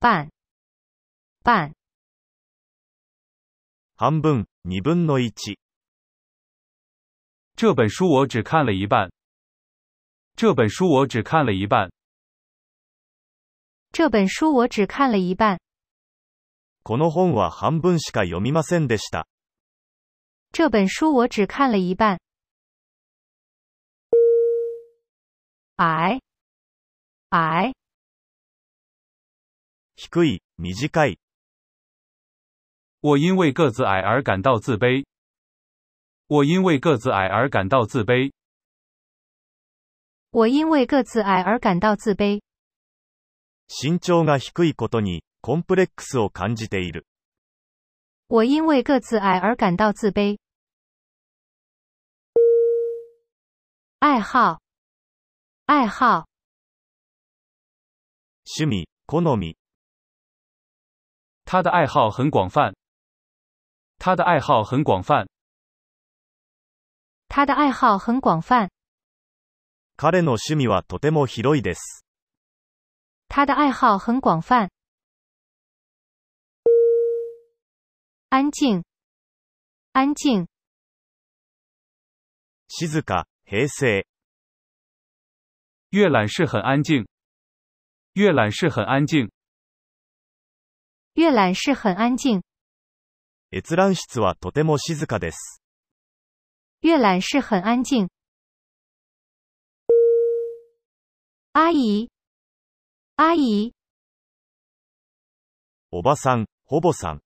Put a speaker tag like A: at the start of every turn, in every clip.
A: 半、半、
B: 半分、二分の一。
C: 这本书我只看了一半。这本书我只看了一半。
A: 这本书我只看了一半。
B: この本は半分しか読みませんでした。
A: 这本书我只看了一半。矮，矮，
B: 低い、短い。
C: 我因为个子矮而感到自卑。我因为个子矮而感到自卑。
A: 我因为个子矮而感到自卑。
B: 身長が低いことに、コンプレックスを感じている。
A: 我因为个子矮而感到自卑。爱好，爱好，
B: 趣味、好み。
C: 他的爱好很广泛。他的爱好很广泛。
A: 他的爱好很广泛。
B: 彼の趣味はとても広いです。
A: 他的爱好很广泛。安静，安静，
B: 静か、平成。
C: 阅览室很安静。阅览室很安静。
A: 阅览室很安静。
B: 閲覧室はとても静かです。
A: 阅览室很安静。阿姨，阿姨，
B: おばさん、ほぼさん。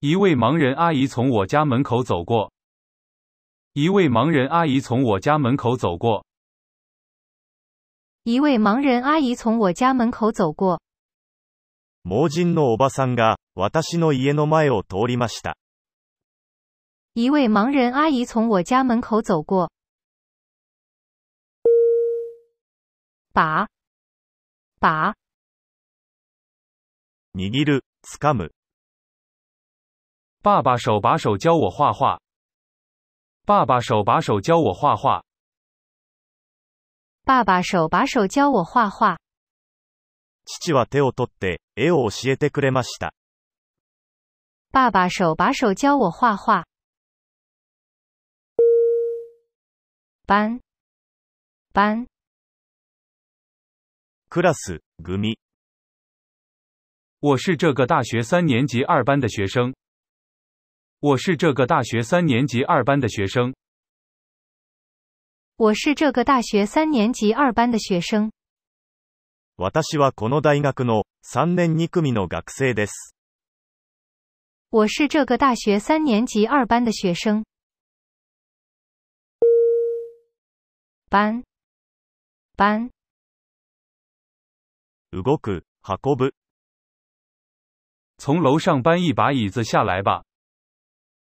C: 一位盲人阿姨从我家门口走过。一位盲人阿姨从我家门口走过。
A: 一位盲人阿姨从我家门口走过。
B: 盲人のおばさんが、私の家の前を通りました。
A: 一位盲人阿姨从我家门口走过。把，把，
B: 握る、掴む。
C: 爸爸手把手教我画画。爸爸手把手教我画画。
A: 爸爸手把手教我画画。
B: 父は手を取って、絵を教えてくれました。
A: 爸爸手把手教我画画。班，班，
B: クラス、組。
C: 我是这个大学三年级二班的学生。我是这个大学三年级二班的学生。
A: 我是这个大学三年级二班的学生。
B: 私はこの大学の、3年2組の学生です。
A: 我是这个大学三年级二班的学生。班，班，
B: 動く、運ぶ。
C: 从楼上搬一把椅子下来吧。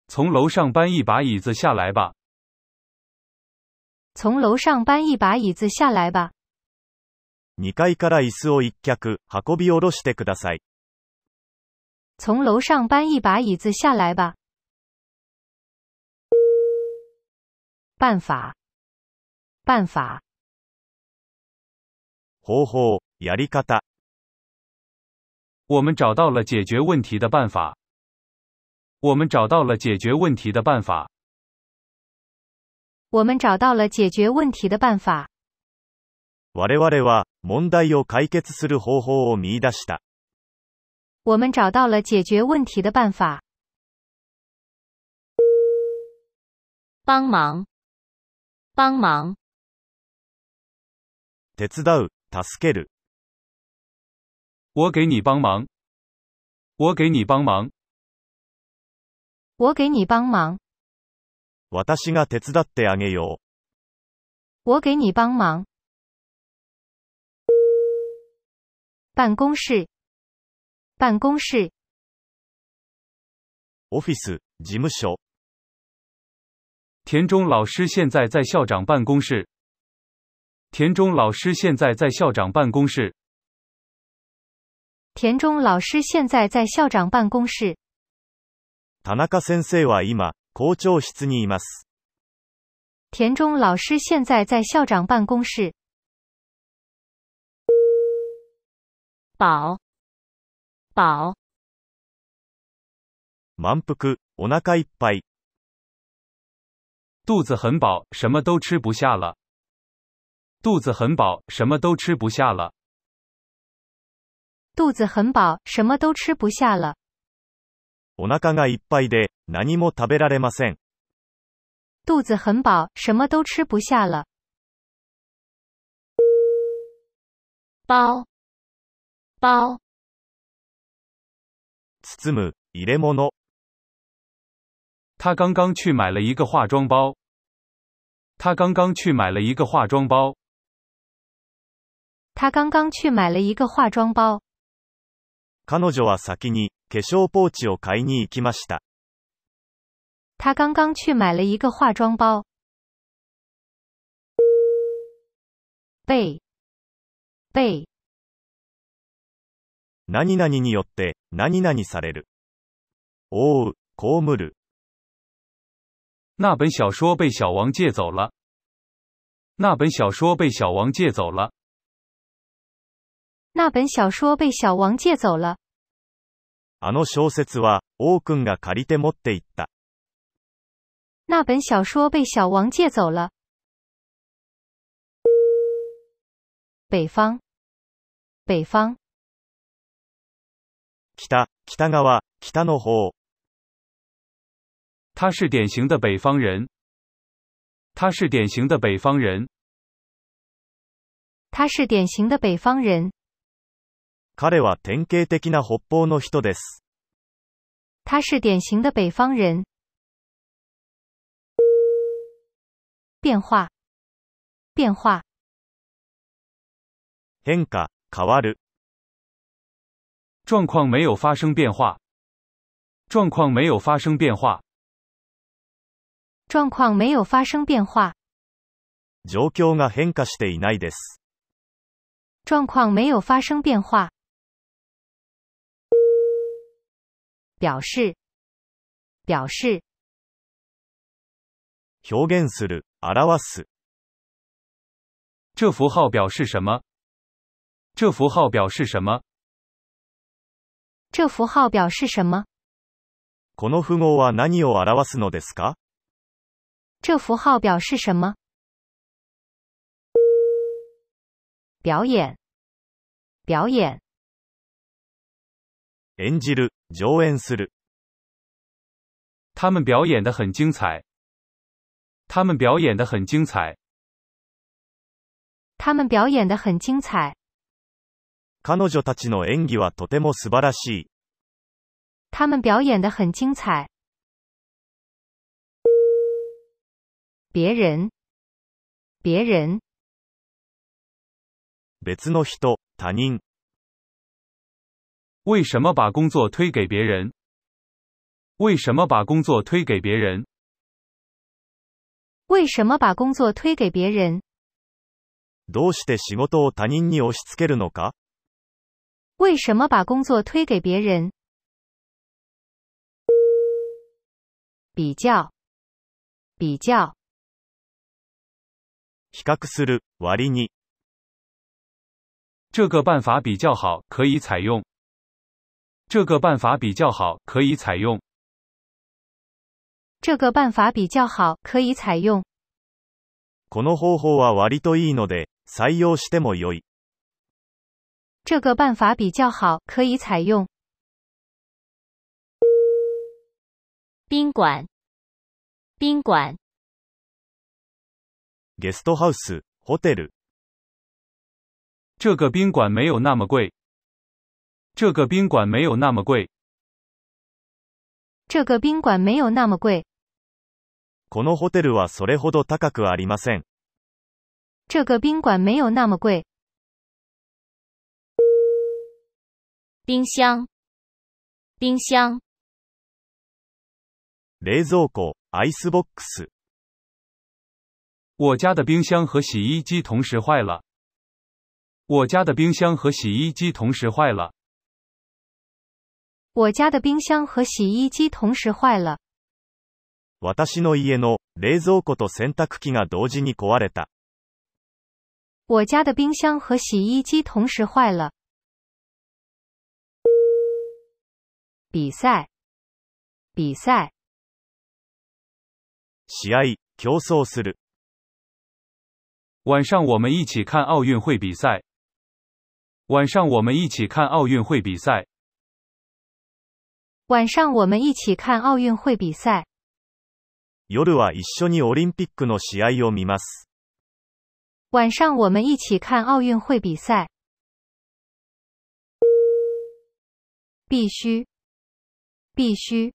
C: 从楼上搬一把椅子下来吧。
A: 从楼上搬一把椅子下来吧。
B: 2階から椅子を1脚、運び下ろしてください。
A: 从楼上搬一把椅子下来吧。办法，办法，
B: 方法、やり方。
C: 我们找到了解决问题的办法。我们找到了解决问题的办法。
A: 我们找到了解决问题的办法。
B: 我々は問題を解決する方法を見出した。
A: 我们找到了解决问题的办法。帮忙，帮忙，
B: 手伝う、助ける。
C: 我给你帮忙。我给你帮忙。
A: 我给你帮忙，
B: 私が手伝ってあげよ
A: 我给你帮忙。办公室，办公室，
B: う。オフィス、事務所。
C: 田中老师现在在校长办公室。田中老师现在在校长办公室。
A: 田中老师现在在校长办公室。
B: 田中先生は今、校長室にいます。
A: 田中老师现在在校长办公室。饱，饱，
B: 満腹、お腹いっぱい、
C: 肚子很饱，什么都吃不下了。肚子很饱，什么都吃不下了。
A: 肚子很饱，什么都吃不下了。
B: お腹がいっぱいで何も食べられません。
A: 肚子很饱，什么都吃不下了。包，包，
B: 包む、入れ物、
C: 他刚刚去买了一个化妆包。他刚刚去买了一个化妆包。
A: 他刚刚去买了一个化妆包。
B: 彼女は先に化粧ポーチを買いに行きました。
A: 他刚刚去买了一个化妆包。被，被，
B: 何々によって何々される。覆う、被る、
C: 那本小说被小王借走了。那本小说被小王借走了。
A: 那本小说被小王借走了。
B: あの小説は王くんが借りて持って行った。
A: 那本小说被小王借走了。北方，北方，
B: 北、北側、北の方、
C: 他是典型的北方人。他是典型的北方人。
A: 他是典型的北方人，
B: 彼は典型的な北方の人です。
A: 他是典型的北方人。变化，变化，
B: 変化、変わる、
C: 状况没有发生变化。状况没有发生变化。
A: 状况没有发生变化，
B: 状況が変化していないです。
A: 状况没有发生变化。表示，表示，
B: 表現する、表す、
C: 这符号表示什么？这符号表示什么？
A: 这符号表示什么？
B: この符号は何を表すのですか
A: 这符号表示什么？表演，表演，
B: 演じる、上演する、
C: 他们表演的很精彩。他们表演的很精彩。
A: 他们表演的很精彩，
B: 彼女たちの演技はとても素晴らしい。
A: 他们表演的很精彩。别人，别人，
B: 別の人、他人、
C: 为什么把工作推给别人？为什么把工作推给别人？
A: 为什么把工作推给别人？
B: どうして仕事を他人に押し付けるのか
A: 为什么把工作推给别人？比较，比较，
B: 比較する、割に、
C: 这个办法比较好，可以采用。这个办法比较好，可以采用。
A: 这个办法比较好，可以采用。
B: この方法は割といいので、採用しても良い。
A: 这个办法比较好，可以采用。宾馆，宾馆，
B: ゲストハウス、ホテル、
C: 这个宾馆没有那么贵。这个宾馆没有那么贵。
A: 这个宾馆没有那么贵，
B: このホテルはそれほど高くありません。
A: 这个宾馆没有那么贵。冰箱，冰箱，
B: 冷蔵庫、アイスボックス、
C: 我家的冰箱和洗衣机同时坏了。我家的冰箱和洗衣机同时坏了。
A: 我家的冰箱和洗衣机同时坏了。
B: 私の家の冷蔵庫と洗濯機が同時に壊れた。
A: 我家的冰箱和洗衣机同时坏了。比赛，比赛，
B: 試合、競争する。
C: 晚上我们一起看奥运会比赛。晚上我们一起看奥运会比赛。
A: 晚上我们一起看奥运会比赛，
B: 夜は一緒にオリンピックの試合を見ます。
A: 晚上我们一起看奥运会比赛。必须，必须，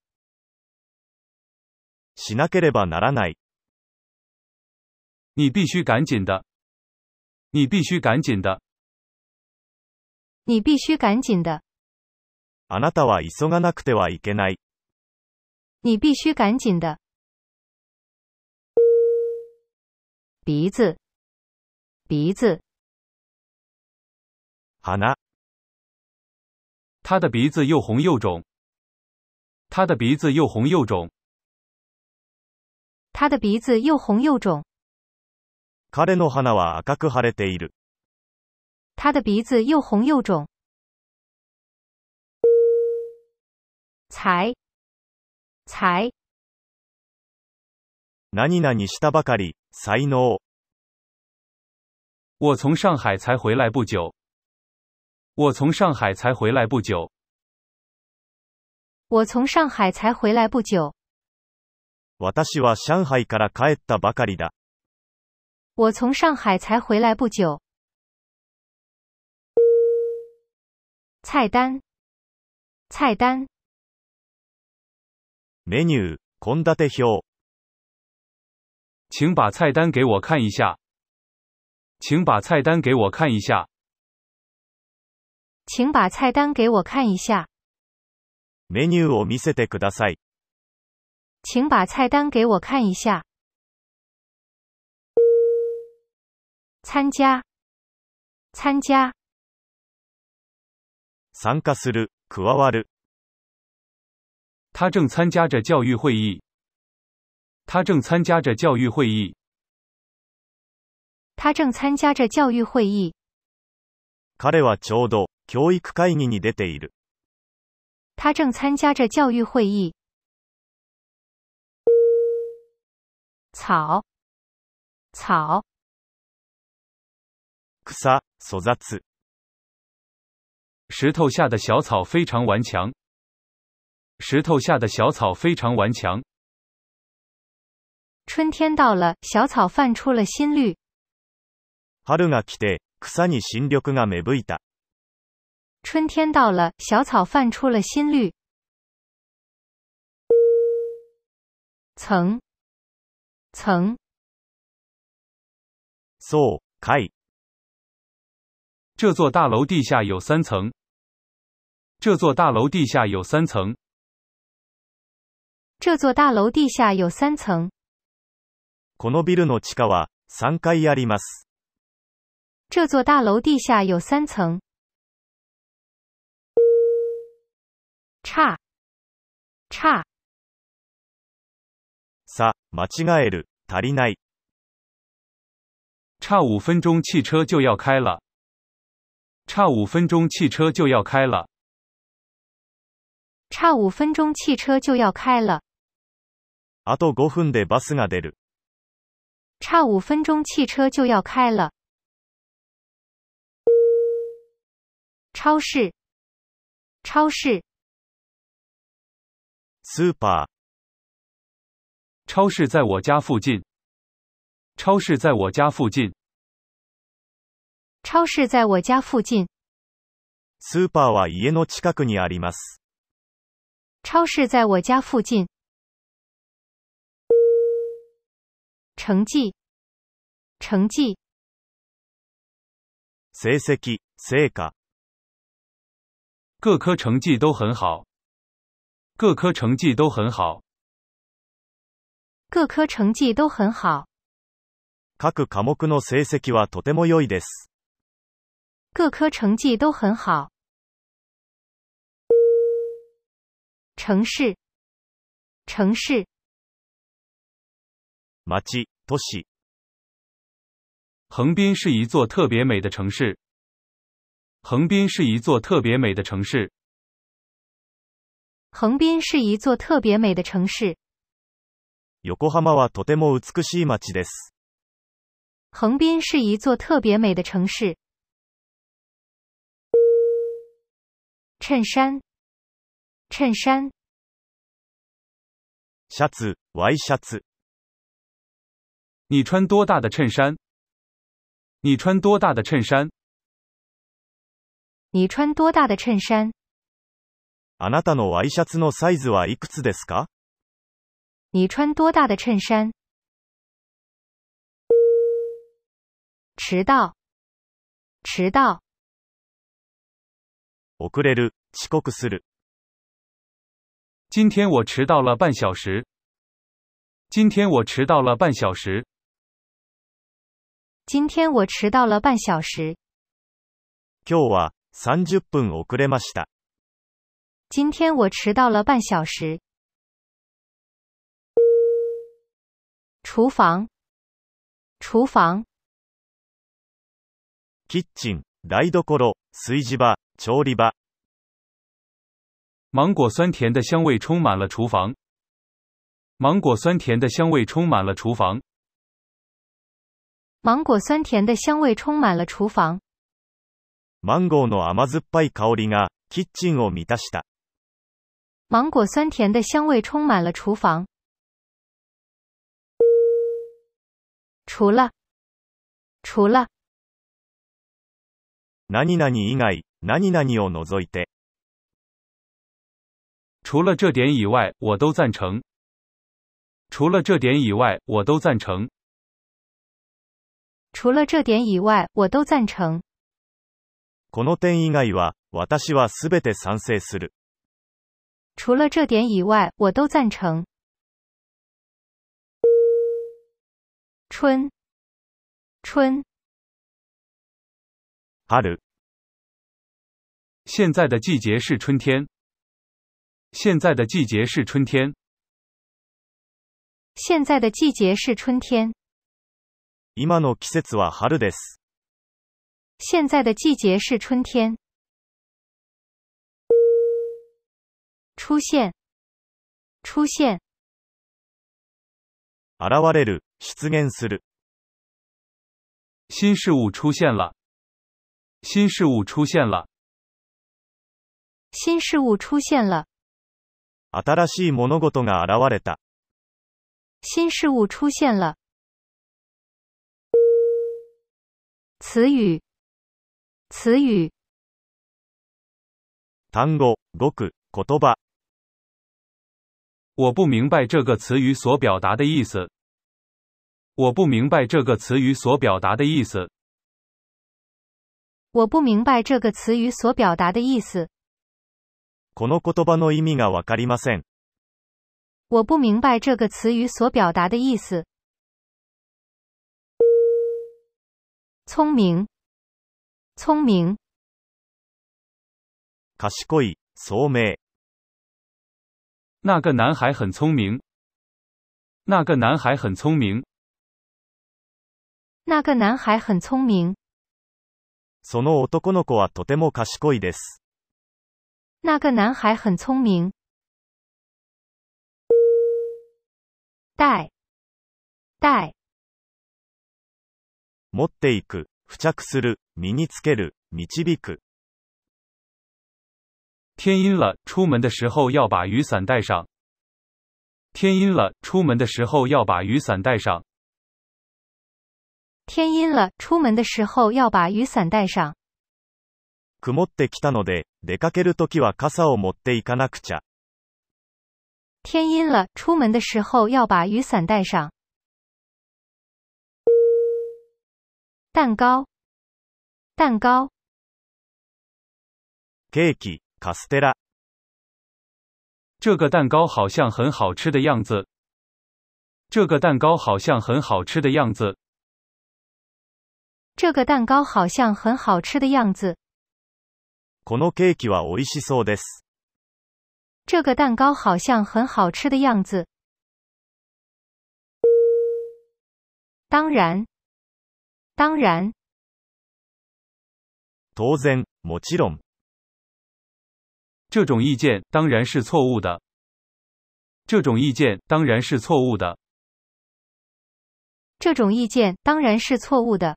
B: しなければならない。
C: 你必须赶紧的。你必须赶紧的。
A: 你必须赶紧的，
B: あなたは急がなくてはいけない。
A: 你必须赶紧的。鼻子，鼻子，
B: 鼻、
C: 他的鼻子又红又肿。他的鼻子又红又肿。
A: 他的鼻子又红又肿，
B: 彼の鼻は赤く腫れている。
A: 他的鼻子又红又肿。才，才，
B: 何々したばかり、才能。
C: 我从上海才回来不久。我从上海才回来不久。
A: 我从上海才回来不久，
B: 私は上海から帰ったばかりだ。
A: 我从上海才回来不久。菜单，菜单，
B: メニュー、献立表。
C: 请把菜单给我看一下。请把菜单给我看一下。
A: 请把菜单给我看一下。
B: メニューを見せてください。
A: 请把菜单给我看一下。参加，参加，
B: 参加する、加わる。
C: 他正参加着教育会议。他正参加着教育会议。
A: 他正参加着教育会议，
B: 彼はちょうど、教育会議に出ている。
A: 他正参加着教育会议。草，草，
B: 草、粗雑。
C: 石头下的小草非常顽强。石头下的小草非常顽强。
A: 春天到了，小草泛出了新绿。
B: 春が来て、草に新緑が芽吹いた。
A: 春天到了，小草泛出了新绿。层，层，
B: そう、会。
C: 这座大楼地下有三层。这座大楼地下有三层。
A: 这座大楼地下有三层，
B: このビルの地下は、3階あります。
A: 这座大楼地下有三层。差，差，
B: さ、間違える、足りない。
C: 差五分钟汽车就要开了。差五分钟汽车就要开了。
A: 差五分钟汽车就要开了。
B: あと5分でバスが出る。
A: 差五分钟汽车就要开了。超市，超市，
B: スーパ
C: 超市在我家附近。超市在我家附近。
A: 超市在我家附近。
B: ー。スーパーは家の近くにあります。
A: 超市在我家附近。成绩，成绩，
B: 成績、成果。
C: 各科成绩都很好。各科成绩都很好。
A: 各科成绩都很好，
B: 各科目の成績はとても良いです。
A: 各科成绩都很好。城市，城市，
B: 町、都市。
C: 横滨是一座特别美的城市。横滨是一座特别美的城市。
A: 横滨是一座特别美的城市，
B: 横浜はとても美しい街です。
A: 横滨是一座特别美的城市。衬衫，衬衫，
B: シャツ、ワイシャツ。
C: 你穿多大的衬衫？你穿多大的衬衫？
A: 你穿多大的衬衫？
B: あなたのワイシャツのサイズはいくつですか
A: 你穿多大的衬衫？迟到，迟到，
B: 遅れる、遅刻する。
C: 今天我迟到了半小时。今天我迟到了半小时。
A: 今天我迟到了半小时。
B: 今日は30分遅れました。
A: 今天我迟到了半小时。厨房，厨房，
B: キッチン、台所、炊事場、調理場。
C: 芒果酸甜的香味充满了厨房。芒果酸甜的香味充满了厨房。
A: 芒果酸甜的香味充满了厨房。
B: マンゴーの甘酸っぱい香りが、キッチンを満たした。
A: 芒果酸甜的香味充满了厨房。除了，除了，
B: 何々以外、何々を除いて。
C: 除了这点以外，我都赞成。除了这点以外，我都赞成。
A: 除了这点以外，我都赞成。
B: この点以外は、私はすべて賛成する。
A: 除了这点以外，我都赞成。春，春，
B: 春、
C: 现在的季节是春天。现在的季节是春天。
A: 现在的季节是春天。
B: 今の季節は春です。
A: 现在的季节是春天。出现，出现，
B: 現れる、出現する。
C: 新事物出现了。新事物出现了。
A: 新事物出现了，
B: 新しい物事が現れた。
A: 新事物出现了。词语，词语，
B: 単語、語句、言葉。
C: 我不明白这个词语所表达的意思。我不明白这个词语所表达的意思。
A: 我不明白这个词语所表达的意思。
B: この言葉の意味がわかりません。
A: 我不明白这个词语所表达的意思。聪明，聪明，
B: 賢い、聡明。
C: 那个男孩很聪明。那个男孩很聪明。
A: 那个男孩很聪明，
B: その男の子はとても賢いです。
A: 那个男孩很聪明。带，带，
B: 持っていく、付着する、身につける、導く。
C: 天阴了，出门的时候要把雨伞带上。天阴了，出门的时候要把雨伞带上。
A: 天阴了，出门的时候要把雨伞带上。
B: 曇ってきたので、出かけるときは傘を持っていかなくちゃ。
A: 天阴了，出门的时候要把雨伞带上。蛋糕，蛋糕，
B: ケーキ、カステラ。
C: 这个蛋糕好像很好吃的样子。这个蛋糕好像很好吃的样子。
A: 这个蛋糕好像很好吃的样子。
B: このケーキは美味しそうです。
A: 这个蛋糕好像很好吃的样子。当然，当然，
B: 当然、もちろん。
C: 这种意见当然是错误的。这种意见当然是错误的。
A: 这种意见当然是错误的。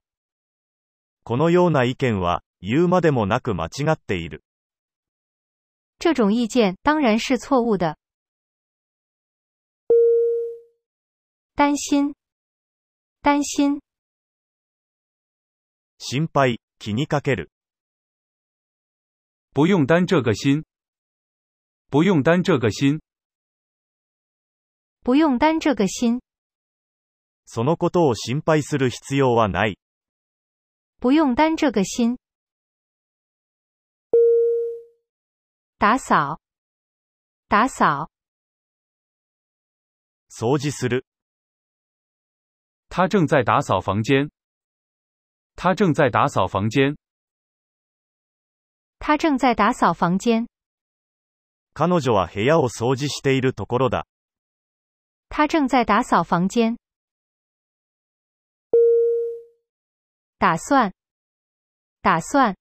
B: このような意見は、言うまでもなく間違っている。
A: 这种意见当然是错误的。担心，担心，
B: 心配、気にかける。
C: 不用担这个心，不用担这个心。
A: 不用担这个心，
B: そのことを心配する必要はない。
A: 不用担这个心。打扫，打扫，
B: 掃除する。
C: 他正在打扫房间，他正在打扫房间。
A: 他正在打扫房间。
B: 彼女は部屋を掃除しているところだ。
A: 他正在打扫房间。打算，打算，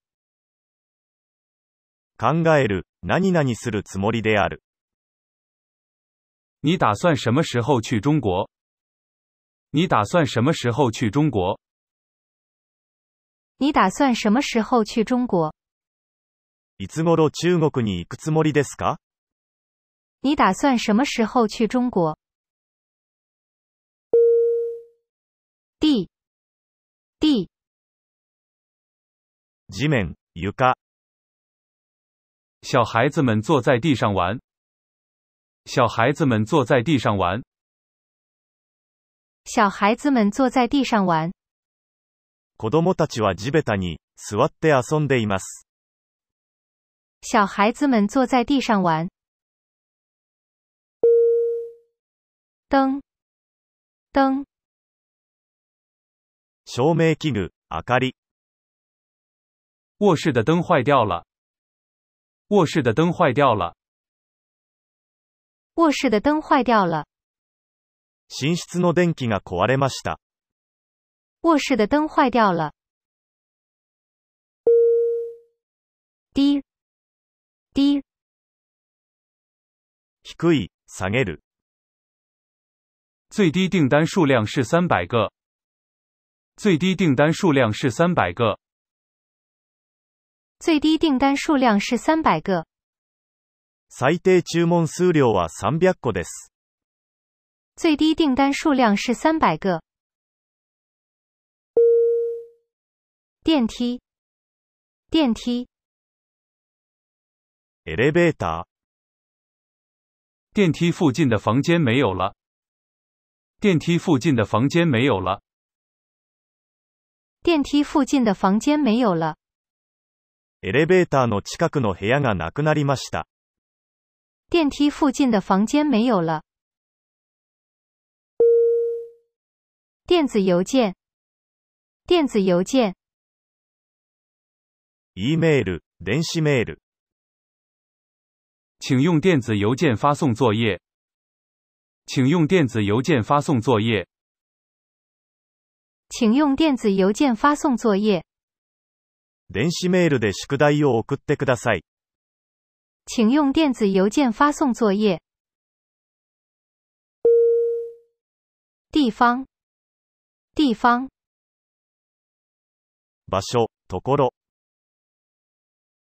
B: 考える、何々するつもりである。
C: 你打算什么时候去中国？你打算什么时候去中国？
A: 你打算什么时候去中国？
B: いつ頃中国に行くつもりですか
A: 你打算什么时候去中国？地，地，
B: 地面、床。
C: 小孩子们坐在地上玩。小孩子们坐在地上玩。
A: 小孩子们坐在地上玩。
B: 子供たちは地べたに座って遊んでいます。
A: 小孩子们坐在地上玩。灯，灯，
B: 照明器具、明かり。
C: 卧室的灯坏掉了。卧室的灯坏掉了。
A: 卧室的灯坏掉了。
B: 寝室の電気が壊れました。
A: 卧室的灯坏掉了。低，低，
B: 低い、下げる。
C: 最低订单数量是三百个。最低订单数量是三百个。
A: 最低订单数量是三百个，
B: 最低注文数量は300個です。
A: 最低订单数量是三百个。电梯，电梯，
B: エレベータ
C: 电梯附近的房间没有了。电梯附近的房间没有了。
A: 电梯附近的房间没有了。
B: ー。エレベーターの近くの部屋がなくなりました。
A: 电梯附近的房间没有了。电子邮件，电子邮件，
B: E メール、電子メール。
C: 请用电子邮件发送作业。请用电子邮件发送作业。
A: 请用电子邮件发送作业，
B: 電子メールで宿題を送ってください。
A: 请用电子邮件发送作业。地方，地方，
B: 場所、ところ。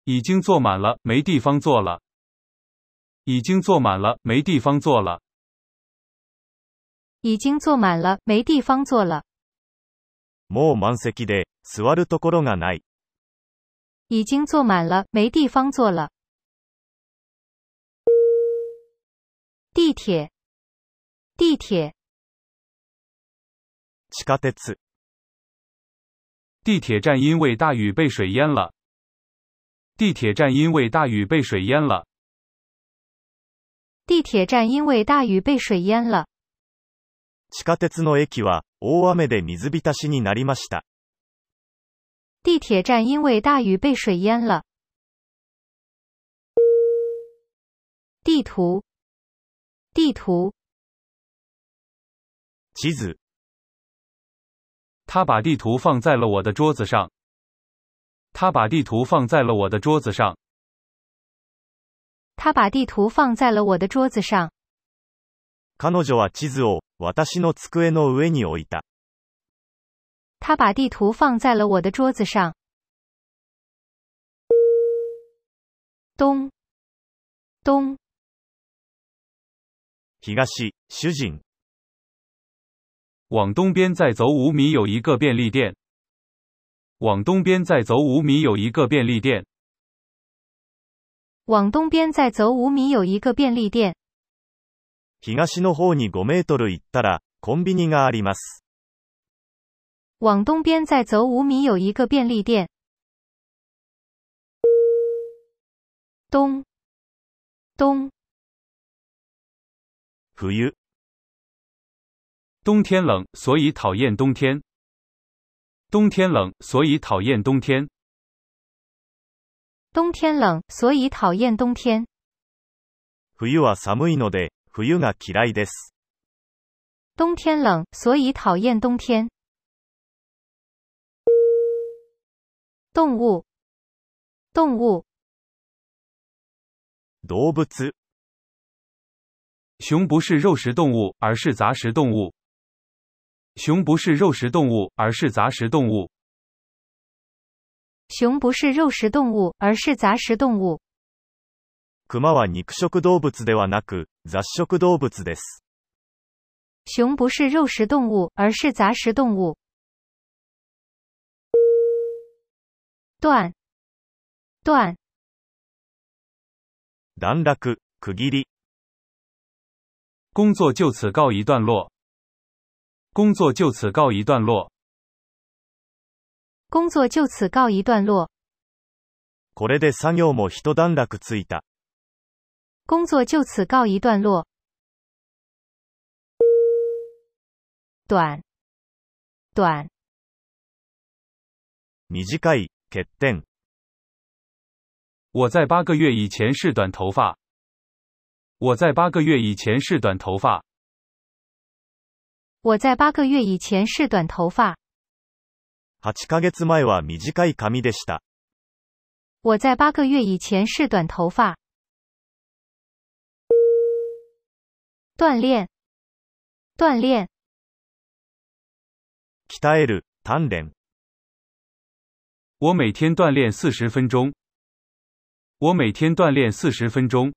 C: 已经坐满了，没地方坐了。已经坐满了，没地方坐了。
A: 已经坐满了，没地方坐了。
B: もう満席で、座るところがない。
A: 已经坐满了，没地方坐了。地铁，地铁，
B: 地下鉄。
C: 地铁站因为大雨被水淹了。地铁站因为大雨被水淹了。
A: 地铁站因为大雨被水淹了。
B: 地下鉄の駅は、大雨で水浸しになりました。
A: 地铁站因为大雨被水淹了。地图，地图，
B: 地図。
C: 他把地图放在了我的桌子上。他把地图放在了我的桌子上。
A: 他把地图放在了我的桌子上。
B: 彼女は地図を私の机の上に置いた。
A: 他把地图放在了我的桌子上。东，东，
B: 東、主人、
C: 往东边再走五米有一个便利店。往东边再走五米有一个便利店。
A: 往东边再走五米有一个便利店。
B: 東の方に5メートル行ったら、コンビニがあります。
A: 往东边再走五米有一个便利店。东，东，
B: 冬、
C: 冬天冷，所以讨厌冬天。冬天冷，所以讨厌冬天。
A: 冬天冷，所以讨厌冬天。
B: 冬は寒いので、冬が嫌いです。
A: 冬天冷，所以讨厌冬天。动物，动物，
B: 動物、
C: 熊不是肉食动物，而是杂食动物。熊不是肉食动物，而是杂食动物。
A: 熊不是肉食动物，而是杂食动物。
B: 熊は肉食動物ではなく、雑食動物です。
A: 熊不是肉食动物，而是杂食动物。断，断，
B: 段落、区切り、
C: 工作就此告一段落。工作就此告一段落。
A: 工作就此告一段落。
B: これで作業も一段落ついた。
A: 工作就此告一段落。短，短，
B: 短い、欠点、
C: 我在八个月以前是短头发。我在八个月以前是短头发。
A: 我在八个月以前是短头发。
B: 8ヶ月前は短い髪でした。
A: 我在八个月以前是短头发。锻炼，锻炼，
B: 鍛える、鍛錬、
C: 我每天锻炼四十分钟。我每天锻炼四十分钟。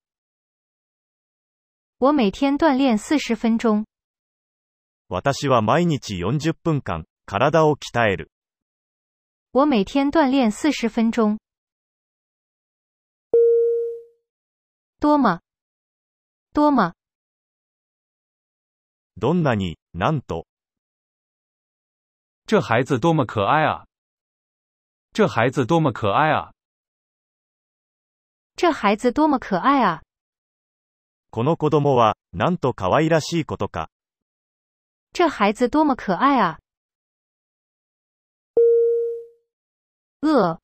A: 我每天锻炼四十分钟。
B: 私は毎日40分間、体を鍛える。
A: 我每天锻炼四十分钟。多么，多么，
B: どんなに、なんと、
C: 这孩子多么可爱啊！这孩子多么可爱啊！
A: 这孩子多么可爱啊！
B: この子供は、なんと可愛らしいことか。
A: 这孩子多么可爱啊！饿，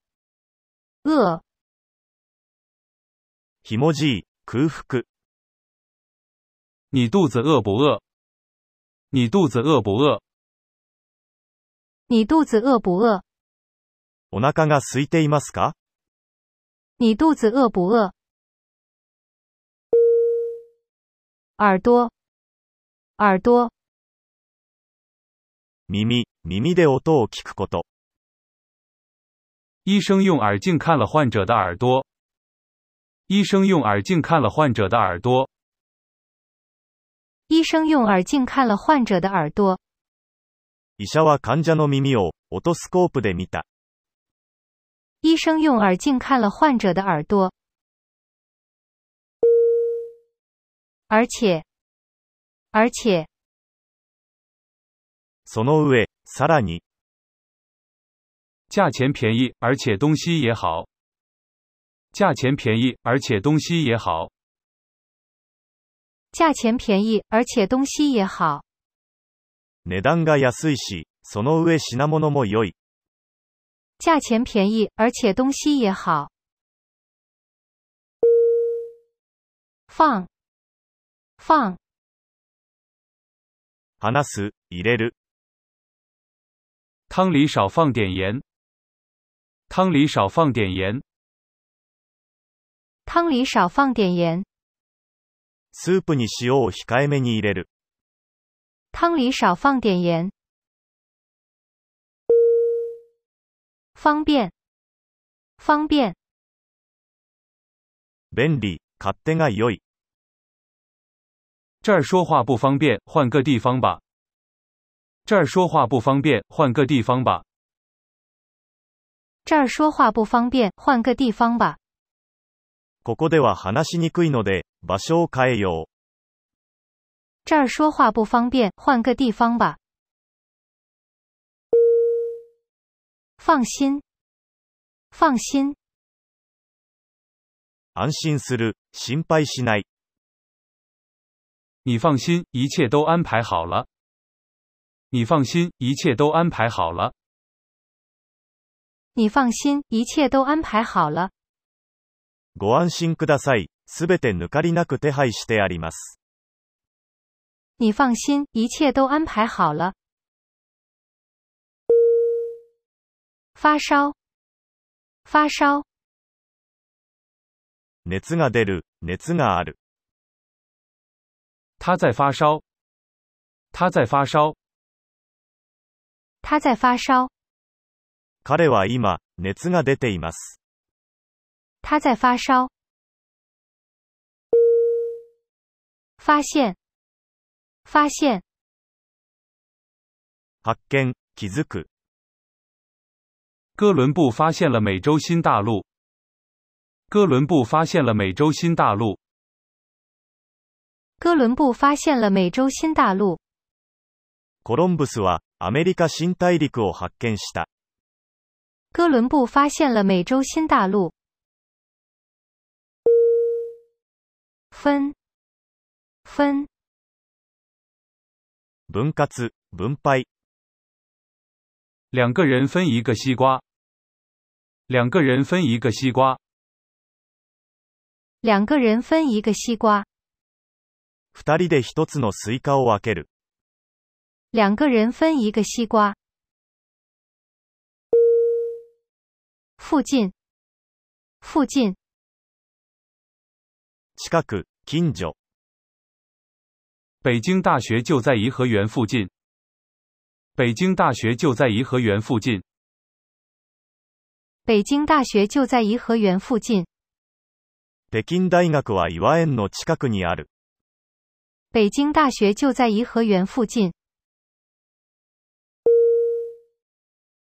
A: 饿，
B: ひもじい、空腹、
C: 你肚子饿不饿？你肚子饿不饿？
A: 你肚子饿不饿？
B: お腹が空いていますか
A: 你肚子饿不饿？耳朵，耳朵，
B: 耳、耳で音を聞くこと。
C: 医生用耳镜看了患者的耳朵。医生用耳镜看了患者的耳朵。
A: 医生用耳镜看了患者的耳朵。
B: 医者は患者の耳を、オトスコープで見た。
A: 医生用耳镜看了患者的耳朵。而且，而且，
B: その上、さらに、
C: 价钱便宜，而且东西也好。价钱便宜，而且东西也好。
A: 价钱便宜，而且东西也好。
B: 値段が安いし、その上品物も良い。
A: 价钱便宜，而且东西也好。放，放，
B: 話す、入れる、
C: 汤里少放点盐。汤里少放点盐。
A: 汤里少放点盐，
B: スープに塩を控えめに入れる。
A: 汤里少放点盐。方便，方便，
B: 便利、勝手が良い。
C: 这儿说话不方便，换个地方吧。这儿说话不方便，换个地方吧。
A: 这儿说话不方便，换个地方吧。
B: ここでは話しにくいので、場所を変えよう。
A: 这儿说话不方便，换个地方吧。放心，放心，
B: 安心する、心配しない。
C: 你放心，一切都安排好了。你放心，一切都安排好了。
A: 你放心，一切都安排好了。
B: ご安心ください。すべて抜かりなく手配してあります。
A: 你放心，一切都安排好了。发烧，发烧，
B: 熱が出る、熱がある。
C: 他在发烧，他在发烧，
A: 他在发烧，
B: 彼は今、熱が出ています。
A: 他在发烧。发现，发现，
B: 発見、気づく。
C: 哥伦布发现了美洲新大陆。哥伦布发现了美洲新大陆，
A: 哥伦布发现了美洲新大陆。
B: コロンブスは、アメリカ新大陸を発見した。
A: 哥伦布发现了美洲新大陆。分，分，
B: 分割、分配。
C: 两个人分一个西瓜。两个人分一个西瓜，
A: 两个人分一个西瓜。
B: 二人で一つのスイカを分ける。
A: 两个人分一个西瓜。附近，附近，
B: 近く、近所。
C: 北京大学就在颐和园附近。北京大学就在颐和园附近，
A: 北京大学就在颐和园附近。
B: 北京大学は岩園の近くにある。
A: 北京大学就在颐和园附近。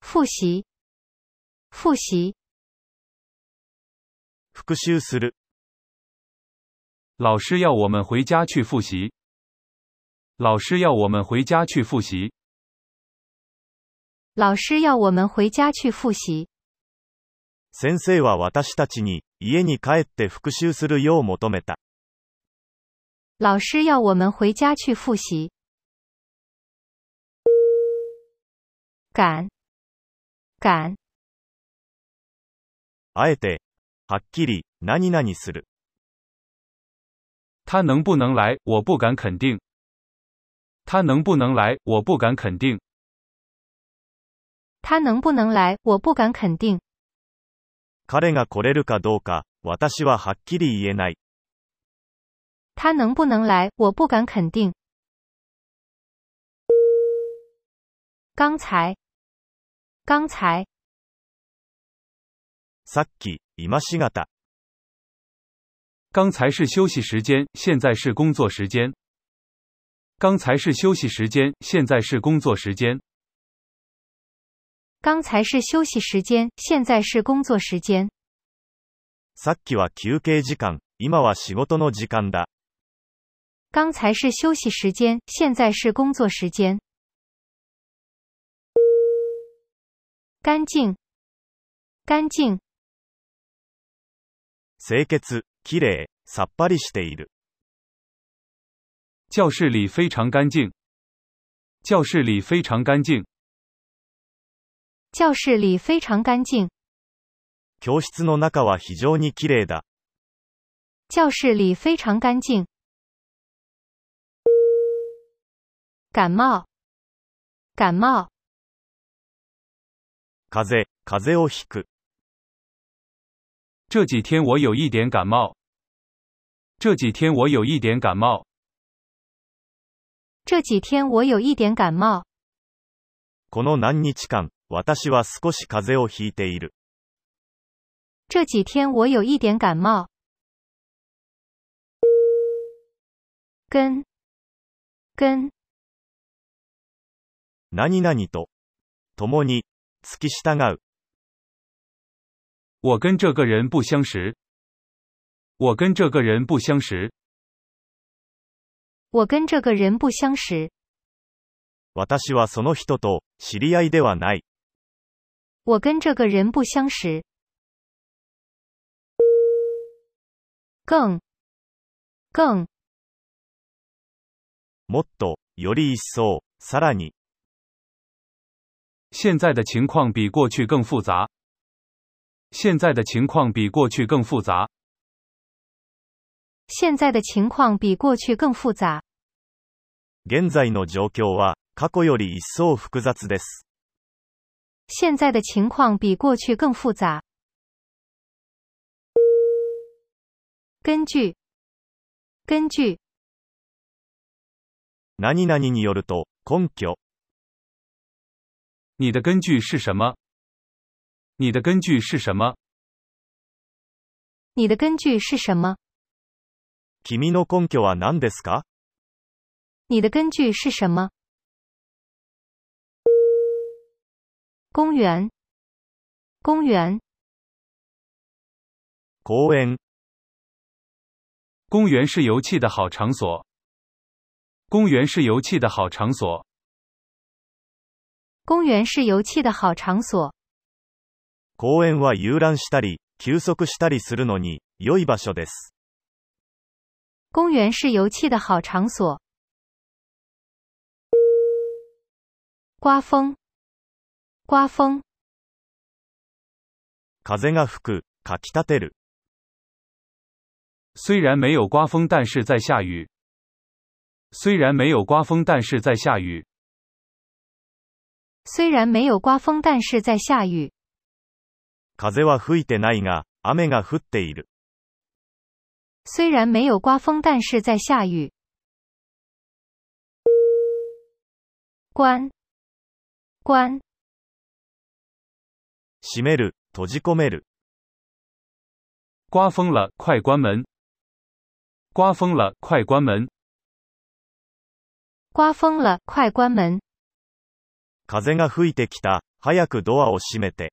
A: 复习，复习，
B: 復習する。
C: 老师要我们回家去复习。老师要我们回家去复习。
A: 老师要我们回家去复习。
B: 先生は私たちに、家に帰って復習するよう求めた。
A: 老师要我们回家去复习。赶，赶，
B: あえて、はっきり、何々する。
C: 他能不能来，我不敢肯定。他能不能来，我不敢肯定。
A: 他能不能来，我不敢肯定。
B: 彼が来れるかどうか、私ははっきり言えない。
A: 他能不能来，我不敢肯定。刚才，刚才，
B: さっき、今しがた。
C: 刚才是休息时间，现在是工作时间。刚才是休息时间，现在是工作时间。
A: 刚才是休息时间，现在是工作时间。
B: さっきは休憩時間、今は仕事の時間だ。
A: 刚才是休息时间，现在是工作时间。干净，干净，
B: 清潔、きれい、さっぱりしている。
C: 教室里非常干净。教室里非常干净。
A: 教室里非常干净，
B: 教室の中は非常にきれいだ。
A: 教室里非常干净。感冒，感冒，
B: 風邪、風邪をひく。
C: 这几天我有一点感冒。这几天我有一点感冒。
A: 这几天我有一点感冒。
B: この何日間、私は少し風邪をひいている。
A: 这几天我有一点感冒。跟跟
B: 何々と、共に、付き従う。
C: 我跟这个人不相识。我跟这个人不相识。
A: 我跟这个人不相识，
B: 私はその人と、知り合いではない。
A: 我跟这个人不相识。更更
B: もっと、より一層、さらに、
C: 现在的情况比过去更复杂。现在的情况比过去更复杂。
A: 现在的情况比过去更复杂。
B: 現在の状況は、過去より一層複雑です。
A: 现在的情况比过去更复杂。根据根据
B: 何々によると、根拠、
C: 你的根据是什么？你的根据是什么？
A: 你的根据是什么？
B: 君の根拠は何ですか
A: 你的根据是什么？公园，公园，
B: 公園、
C: 公园是油气的好场所。公园是油气的好场所。
A: 公园是游憩的好场所。
B: 公園は遊覧したり、休息したりするのに、良い場所です。
A: 公园是游憩的好场所。刮风，刮风，
B: 風が吹く、かき立てる。
C: 虽然没有刮风，但是在下雨。虽然没有刮风，但是在下雨。
A: 虽然没有刮风，但是在下雨。
B: 風は吹いてないが、雨が降っている。
A: 虽然没有刮风，但是在下雨。关，关。
B: 閉める、閉じ込める。
C: 刮风了，快关门！刮风了，快关门！
A: 刮风了，快关门！
B: 風が吹いてきた、早くドアを閉めて。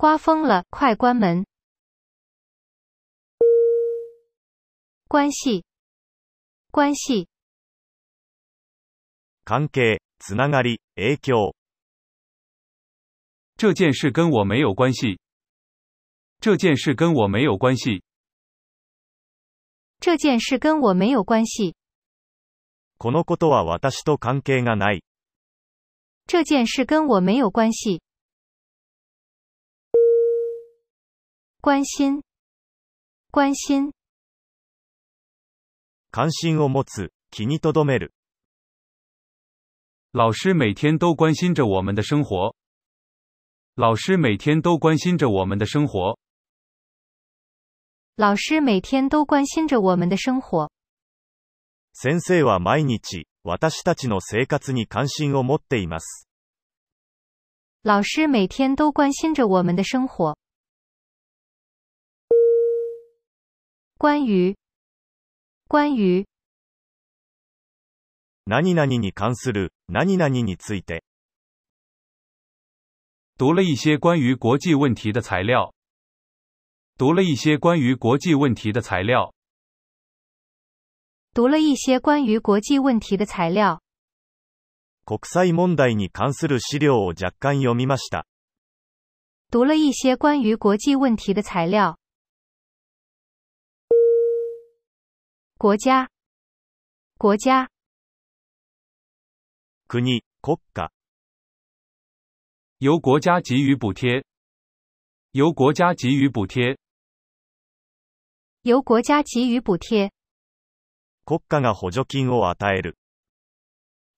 A: 刮风了，快关门！关系，关系，
B: 関係、つながり、影響。
C: 这件事跟我没有关系。这件事跟我没有关系。
A: 这件事跟我没有关系。
B: このことは私と関係がない。
A: 这件事跟我没有关系。关心，关心，
B: 関心を持つ、気に留める。
C: 老师每天都关心着我们的生活。老师每天都关心着我们的生活。
A: 老师每天都关心着我们的生活。
B: 先生は毎日、私たちの生活に関心を持っています。
A: 老师每天都关心着我们的生活。关于，关于。
B: 何々に関する、何々について。
C: 读了一些关于国际问题的材料。读了一些关于国际问题的材料。
A: 读了一些关于国际问题的材料，
B: 国際問題に関する資料を若干読みました。
A: 读了一些关于国际问题的材料。国家，国家，
B: 国、国家、
C: 由国家给予补贴。由国家给予补贴。
A: 由国家给予补贴，
B: 国家が補助金を与える。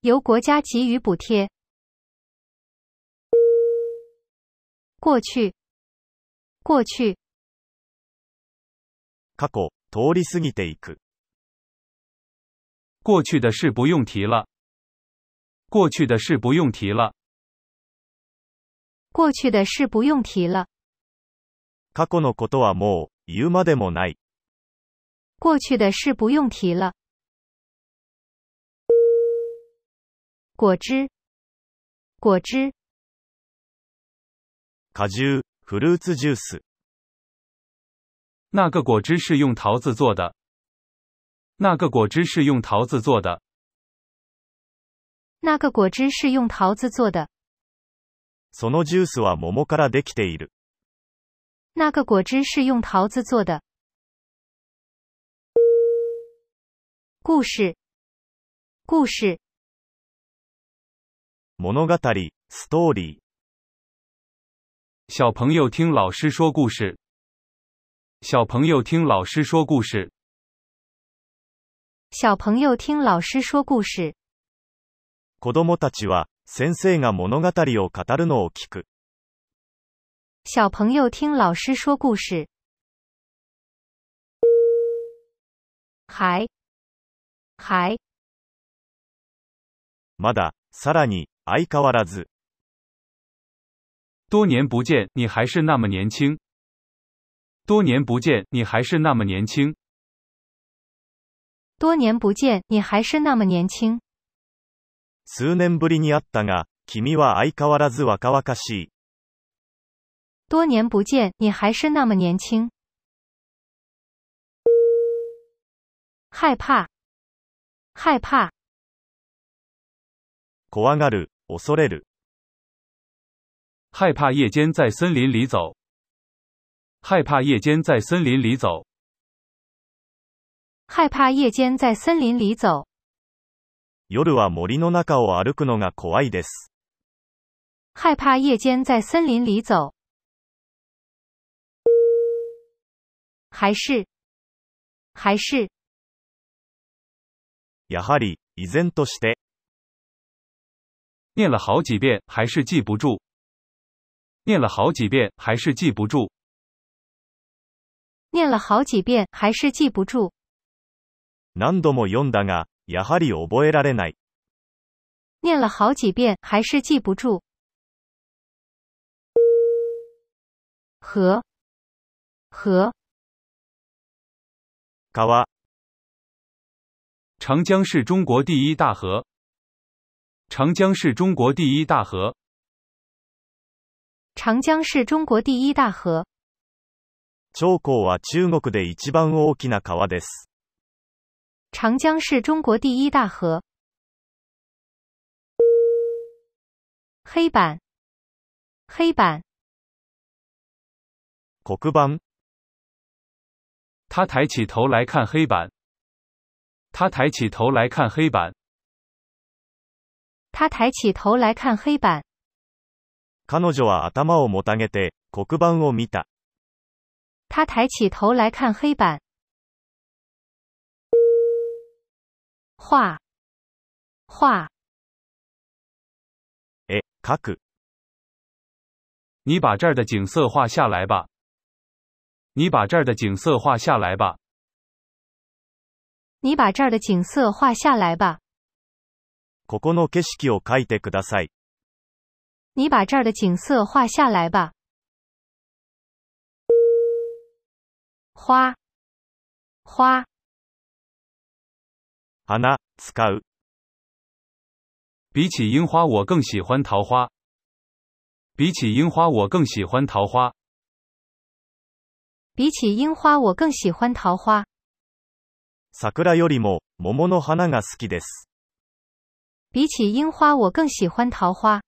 A: 由国家给予补贴。过去，过去，
B: 過去、通り過ぎていく。
C: 过去的事不用提了。过去的事不用提了。
A: 过去的事不用提了，
B: 過去のことはもう、言うまでもない。
A: 过去的事不用提了。果汁，果汁，
B: 果汁、フルーツジュース。
C: 那个果汁是用桃子做的。那个果汁是用桃子做的。
A: 那个果汁是用桃子做的，
B: そのジュースは桃からできている。
A: 那个果汁是用桃子做的。故事，故事，
B: 物語、ストーリー。
C: 小朋友听老师说故事。小朋友听老师说故事。
A: 小朋友听老师说故事，
B: 子供たちは、先生が物語を語るのを聞く。
A: 小朋友听老师说故事。还，还，
B: まだ、さらに、相変わらず。
C: 多年不见，你还是那么年轻。多年不见，你还是那么年轻。
A: 多年不见，你还是那么年轻。
B: 数年ぶりに会ったが、君は相変わらず若々しい。
A: 多年不见，你还是那么年轻。害怕，害怕，
B: 怖がる、恐れる。
C: 害怕夜间在森林里走。害怕夜间在森林里走。
A: 害怕夜间在森林里走。
B: 夜は森の中を歩くのが怖いです。
A: 害怕夜间在森林里走。还是，还是，
B: やはり、依然として、
C: 念了好几遍，还是记不住。念了好几遍，还是记不住。
A: 念了好几遍还是记不住。
B: 何度も読んだが、やはり覚えられない。
A: 念了好几遍还是记不住。和，和，
B: 川、
C: 长江是中国第一大河。长江是中国第一大河。
A: 长江是中国第一大河。
B: 長江は中国で一番大きな川です。
A: 长江是中国第一大河。黑板，黑板，
B: 黒板、
C: 他抬起头来看黑板。他抬起头来看黑板。
A: 他抬起头来看黑板。
B: 彼女は頭をもたげて、黒板を見た。
A: 他抬起头来看黑板。画，画，
B: 絵、描く。
C: 你把这儿的景色画下来吧。你把这儿的景色画下来吧。
A: 你把这儿的景色画下来吧。
B: ここの景色を描いてください。
A: 你把这儿的景色画下来吧。花，花，
B: 花、使う。
C: 比起樱花，我更喜欢桃花。比起樱花，我更喜欢桃花。
A: 比起樱花，我更喜欢桃花。
B: 桜よりも、桃の花が好きです。
A: 比起樱花，我更喜欢桃花。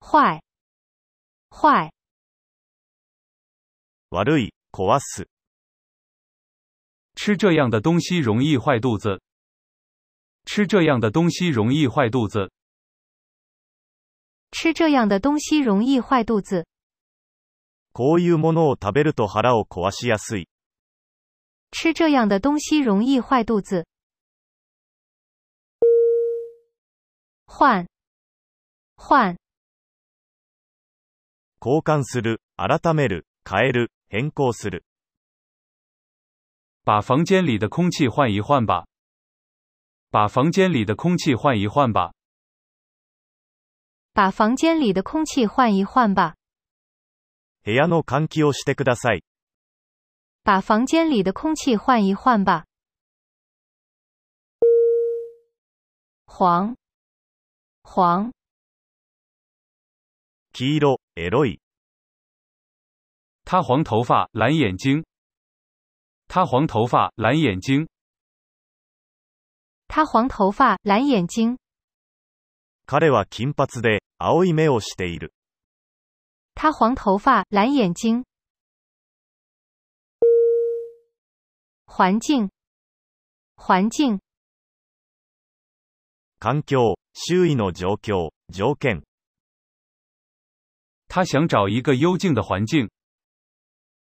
A: 坏，坏，
B: 悪い、壊す。
C: 吃这样的东西容易坏肚子。吃这样的东西容易坏肚子。
A: 吃这样的东西容易坏肚子。
B: こういうものを食べると腹を壊しやすい。
A: 吃这样的东西容易坏肚子。换，换，
B: 交換する、改める、変える、変更する。
C: 把房间里的空气换一换吧。把房间里的空气换一换吧。
A: 把房间里的空气换一换吧。
B: 部屋の換気をしてください。
A: 把房间里的空气换一换吧。黄，黄，
B: 黄色、エロい。
C: 他黄头发，蓝眼睛。他黄头发，蓝眼睛。
A: 他黄头发，蓝眼睛。
B: 彼は金髪で、青い目をしている。
A: 他黄头发，蓝眼睛。环境，环境，
B: 環境、周囲の状況、条件。
C: 他想找一个幽静的环境。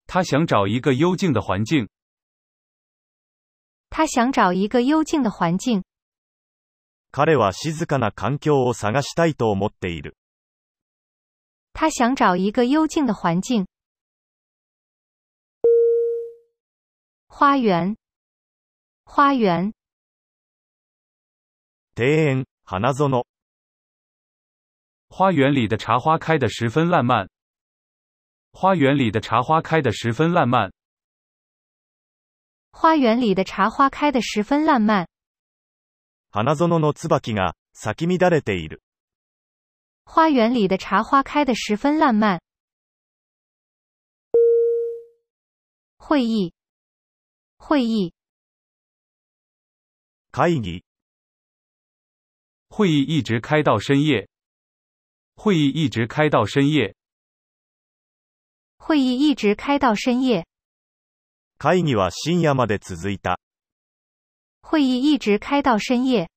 C: 他想找一个幽静的环境。
A: 他想找一个幽静的环境。
B: 彼は静かな環境を探したいと思っている。
A: 他想找一个幽静的环境。花园，花园，
B: 庭園、花園。
C: 花园里的茶花开得十分烂漫。花园里的茶花开得十分烂漫。
A: 花园里的茶花开得十分烂漫。
B: 花園の椿が、咲き乱れている。
A: 花园里的茶花开得十分烂漫。会议，会议，
B: 会議、
C: 会议一直开到深夜。会议一直开到深夜。
A: 会议一直开到深夜。
B: 会議は深夜まで続いた。
A: 会议一直开到深夜。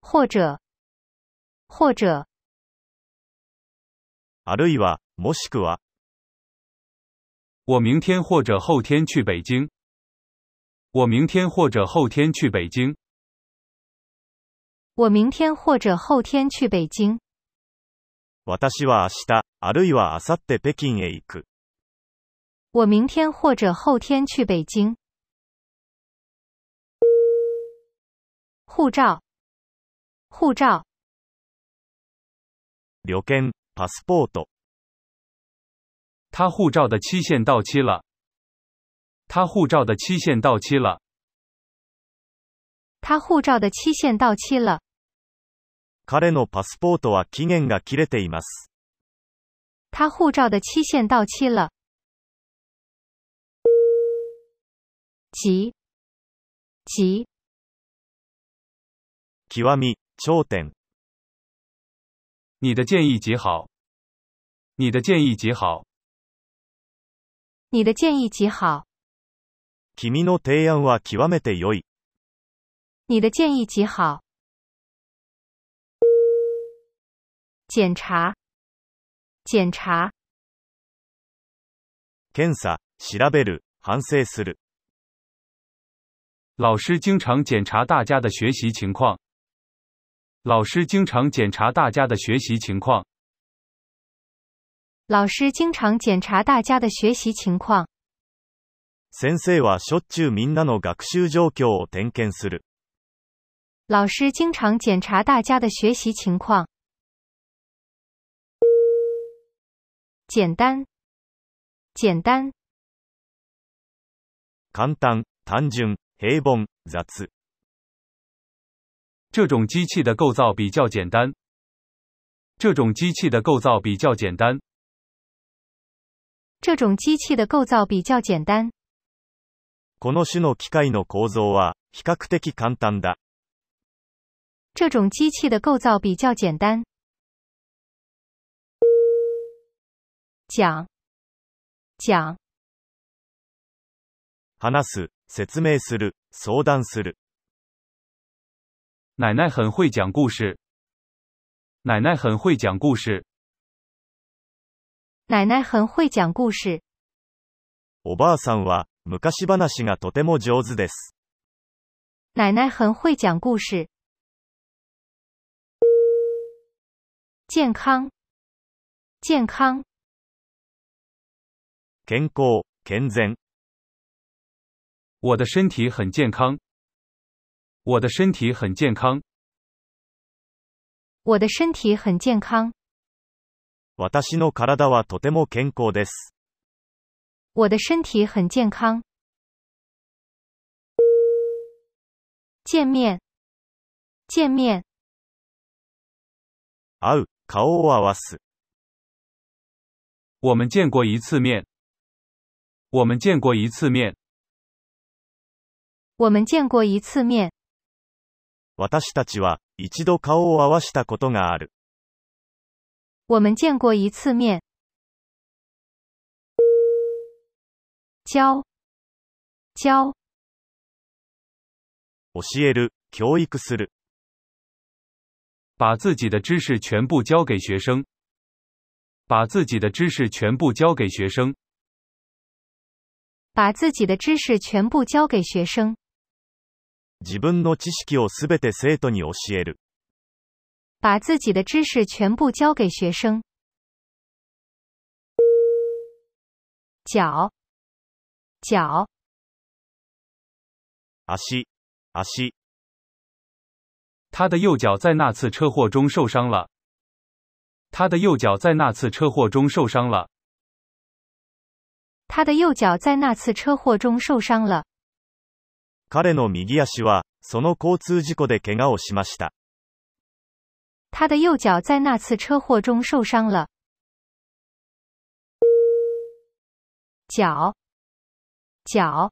A: 或者，或者，
B: あるいは、もしくは、
C: 我明天或者后天去北京。我明天或者后天去北京。
A: 我明天或者后天去北京。
B: 私は明日、あるいは明後日北京へ行く。
A: 我明天或者后天去北京。护照，护照，
B: 旅券、パスポート。
C: 他护照的期限到期了。他护照的期限到期了。
A: 他护照的期限到期了。
B: 彼のパスポートは期限が切れています。
A: 他护照的期限到期了。急，急，
B: 極み、頂点。
C: 你的建议极好。你的建议极好。
A: 你的建议极好，
B: 君の提案は極めて良い。
A: 你的建议极好。检查，检查，
B: 検査、調べる、反省する。
C: 老师经常检查大家的学习情况。老师经常检查大家的学习情况。
A: 老师经常检查大家的学习情况。
B: 先生はしょっちゅうみんなの学習状況を点検する。
A: 老师经常检查大家的学习情况。简单，简单，
B: 簡単、単純、平凡、雑。
C: 这种机器的构造比较简单。这种机器的构造比较简单。
A: 这种机器的构造比较简单。
B: この種の機械の構造は、比較的簡単だ。
A: 这种机器的构造比较简单。讲，讲，
B: 話す、説明する、相談する。
C: 奶奶很会讲故事。奶奶很会讲故事。
A: 奶奶很会讲故事。
B: おばあさんは、昔話がとても上手です。
A: 奶奶很会讲故事。健康，健康、
B: 健康、健全、
C: 我的身体很健康。我的身体很健康。
A: 我的身体很健康，
B: 私の体はとても健康です。
A: 我的身体很健康。见面，见面，
B: 会う、顔を合わす、
C: 我们见过一次面。我们见过一次面。
A: 我们见过一次面，
B: 私たちは一度顔を合わしたことがある。
A: 我们见过一次面。教，教，
B: 教える、教育する、
C: 把自己的知识全部交给学生。把自己的知识全部交给学生。
A: 把自己的知识全部教给学生，
B: 自分の知識をすべて生徒に教える、
A: 把自己的知识全部教给学生。脚，脚，
B: 足、足、
C: 他的右脚在那次车祸中受伤了。他的右脚在那次车祸中受伤了。
A: 他的右脚在那次车祸中受伤了。
B: 彼の右足は、その交通事故で怪我をしました。
A: 他的右脚在那次车祸中受伤了。脚，脚，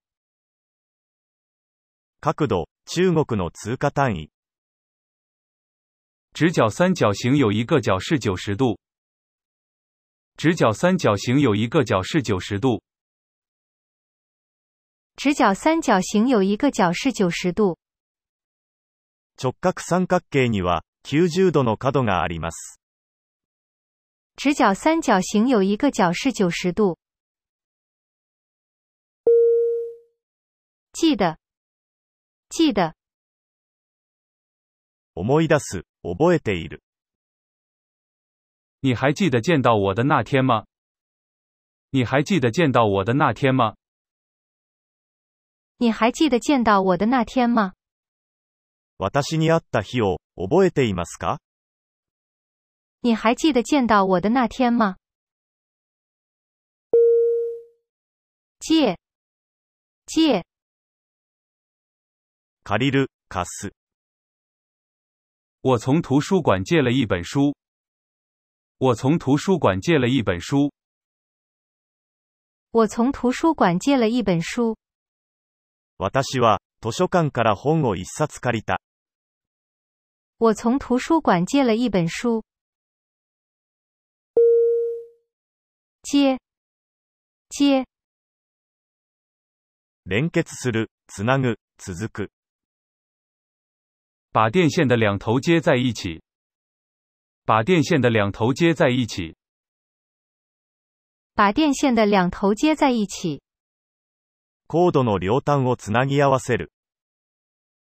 B: 角度、中国の通貨単位、
C: 直角三角形有一个角是九十度。直角三角形有一个角是九十度。
A: 直角三角形有一个角是九十度，
B: 直角三角形には、90度の角があります。
A: 直角三角形有一个角是九十度。记得，记得，
B: 思い出す、覚えている、
C: 你还记得见到我的那天吗？你还记得见到我的那天吗？
A: 你还记得见到我的那天吗？
B: 私に会った日を、覚えていますか
A: 你还记得见到我的那天吗？借，借，
B: 借りる、貸す、
C: 我从图书馆借了一本书。我从图书馆借了一本书。
A: 我从图书馆借了一本书。
B: 私は、図書館から本を一冊借りた。
A: 我从图书馆借了一本书。接，接，
B: 連結する、つなぐ、続く。
C: 把电线的两头接在一起。把电线的两头接在一起。
A: 把电线的两头接在一起，
B: コードの両端をつなぎ合わせる。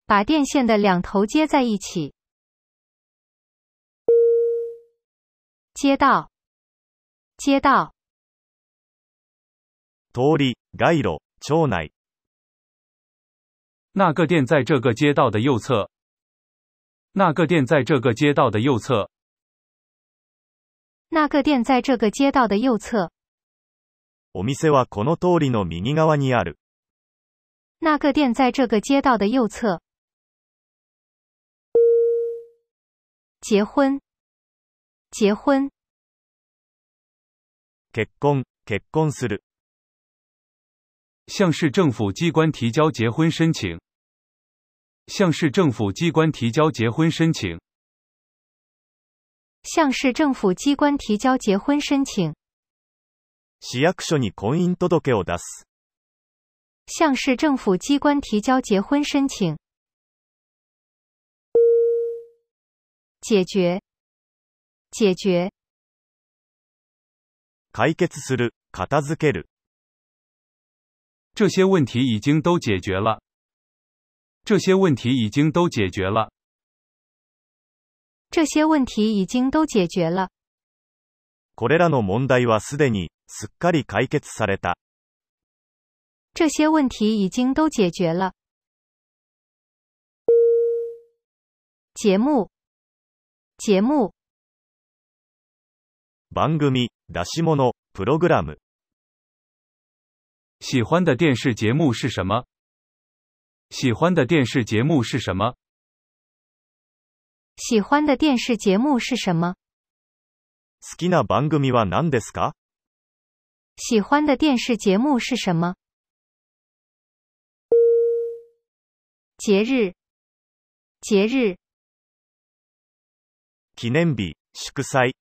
A: 把电线的两头接在一起。街道，街道，
B: 通り、街路、町内。
C: 那个店在这个街道的右侧。那个店在这个街道的右侧。
A: 那个店在这个街道的右侧。
B: お店はこの通りの右側にある。
A: 那个店在这个街道的右侧。结婚，结婚，
B: 結婚、結婚する。
C: 向市政府机关提交结婚申请。向市政府机关提交结婚申请。
A: 向市政府机关提交结婚申请，
B: 市役所に婚姻届を出す。
A: 向市政府机关提交结婚申请。解决，解决，
B: 解決する、片付ける。
C: 这些问题已经都解决了。这些问题已经都解决了。
A: 这些问题已经都解决了。
B: これらの問題はすでに、すっかり解決された。
A: 这些问题已经都解决了。节目，节目，
B: 番組、出し物、プログラム、
C: 喜欢的电视节目是什么？喜欢的电视节目是什么？
A: 喜欢的电视节目是什么？
B: 好きな番組は何ですか
A: 喜欢的电视节目是什么？节日，节日，
B: 記念日、祝祭、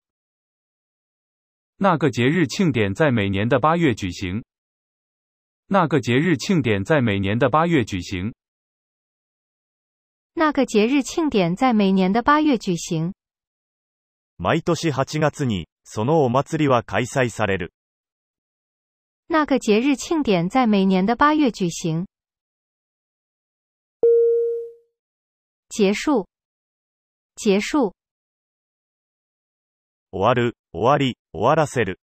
C: 那个节日庆典在每年的八月举行。那个节日庆典在每年的八月举行。
A: 那个节日庆典在每年的八月举行。
B: 毎年8月に、そのお祭りは開催される。
A: 那个节日庆典在每年的八月举行。结束，结束，
B: 終わる、終わり、終わらせる。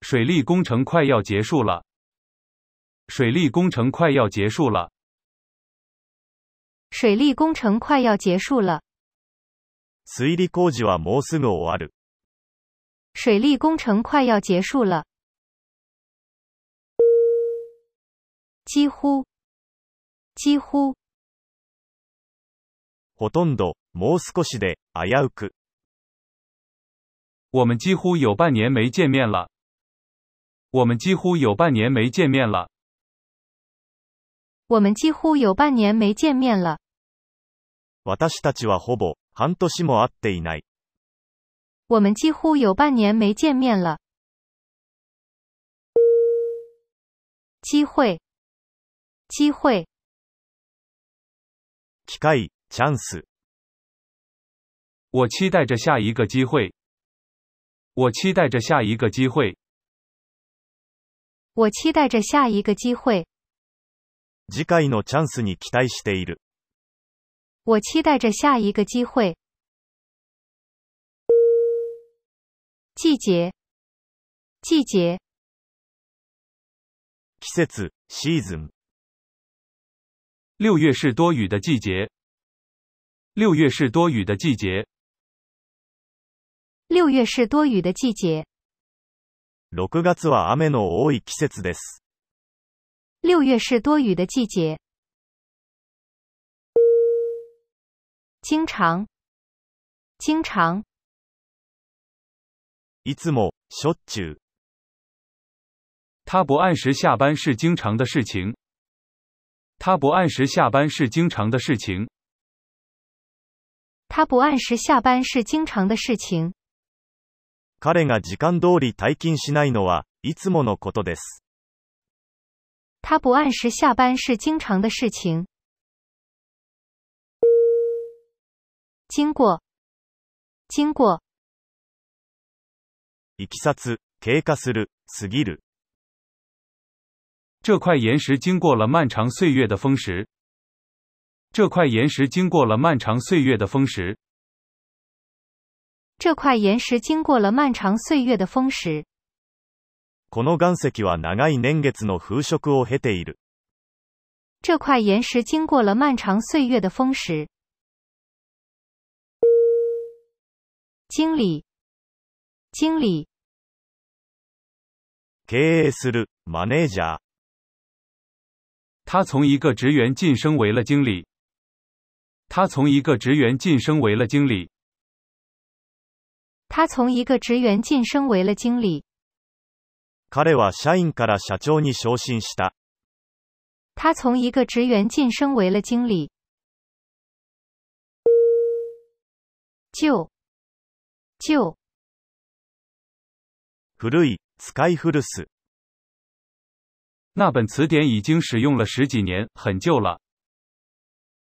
C: 水利工程快要结束了。水利工程快要结束了。
A: 水利工程快要结束了，
B: 水利工事はもうすぐ終わる。
A: 水利工程快要结束了。几乎，几乎，
B: ほとんど、もう少しで、危うく。
C: 我们几乎有半年没见面了。我们几乎有半年没见面了。
A: 我们几乎有半年没见面了。
B: 私たちはほぼ、半年も会っていない。
A: 我们几乎有半年没见面了。机会，机会，
B: 機会、チャンス。
C: 我期待着下一个机会。我期待着下一个机会。
A: 我期待着下一个机会。
B: 次回のチャンスに期待している。
A: 我期待着下一个机会。季节，季节，
B: 季節、シーズン。
C: 六月是多雨的季节。六月是多雨的季节。
A: 六月是多雨的季节，
B: 6月は雨の多い季節です。
A: 六月是多雨的季节。经常，经常，
B: いつも、しょっちゅう。
C: 他不按时下班是经常的事情。他不按时下班是经常的事情。
A: 他不按时下班是经常的事情。
B: 彼が時間通り退勤しないのは、いつものことです。
A: 他不按时下班是经常的事情。经过，经过，
B: いきさつ、経過する、過ぎる。
C: 这块岩石经过了漫长岁月的风蚀。这块岩石经过了漫长岁月的风蚀。
A: 这块岩石经过了漫长岁月的风蚀。
B: この岩石は長い年月の風食を経ている。
A: 这块岩石经过了漫长岁月的风蚀。经理，经理，
B: 経営する、マネージャー。
C: 他从一个职员晋升为了经理。他从一个职员晋升为了经理。
A: 他从一个职员晋升为了经理。
B: 彼は社員から社長に昇進した。
A: 他从一个职员晋升为了经理。旧，旧，
B: 古い、使い古す。
C: 那本词典已经使用了十几年，很旧了。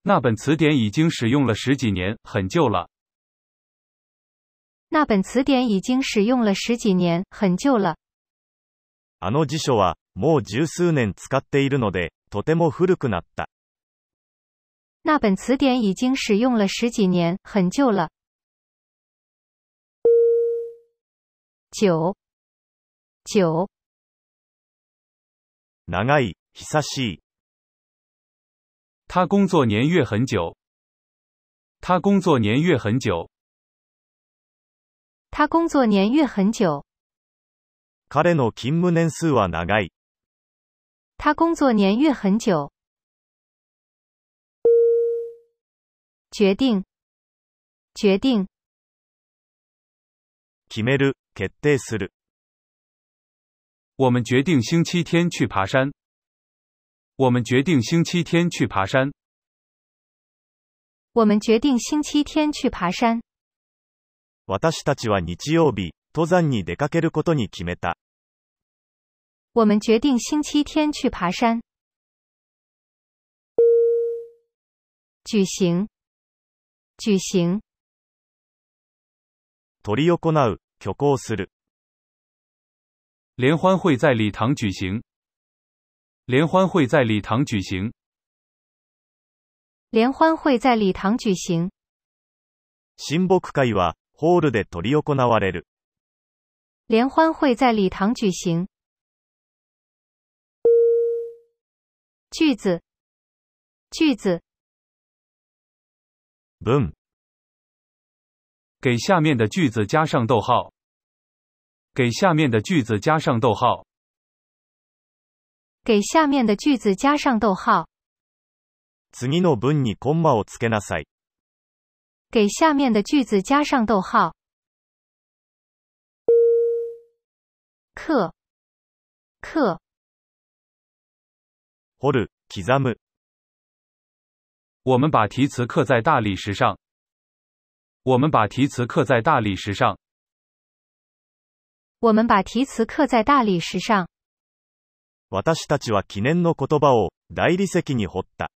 C: 那本词典已经使用了十几年，很旧了。
A: 那本词典已经使用了十几年，很旧了。
B: あの辞書は、もう十数年使っているので、とても古くなった。
A: 那本词典已经使用了十几年，很旧了。九九
B: 長い、久しい、
C: 他工作年月很久。他工作年月很久。
A: 他工作年月很久，
B: 彼の勤務年数は長い、
A: 他工作年月很久。决定，决定，
B: 決める、決定する、
C: 我们决定星期天去爬山。我们决定星期天去爬山。
A: 我们决定星期天去爬山。
B: 私たちは日曜日、登山に出かけることに決めた、
A: 我们决定星期天去爬山。举行，举行，
B: 取り行う、挙行する、
C: 联欢会在礼堂举行。联欢会在礼堂举行。
A: 联欢会在礼堂举行，
B: 親睦会は、ホールで取り行われる、
A: 联欢会在礼堂举行。句子，句子，
B: 文、
C: 给下面的句子加上逗号。给下面的句子加上逗号。
A: 给下面的句子加上逗号，
B: 次の文にコンマをつけなさい、
A: 给下面的句子加上逗号。刻，刻，
B: 掘る、刻む、
C: 我们把题词刻在大理石上。我们把题词刻在大理石上。
A: 我们把题词刻在大理石上。
B: 私たちは記念の言葉を、大理石に掘った、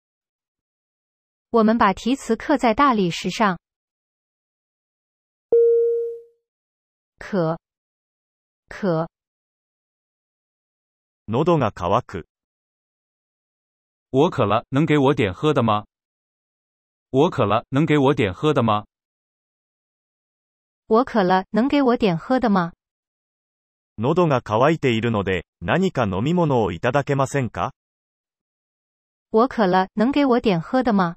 A: 我们把题词刻在大理石上。可，可，
B: 喉が渇く、
C: 我渴了，能给我点喝的吗？我渴了，能给我点喝的吗？
A: 我渴了，能给我点喝的吗？
B: 喉が渇いているので、何か飲み物をいただけませんか
A: 我渴了，能给我点喝的吗？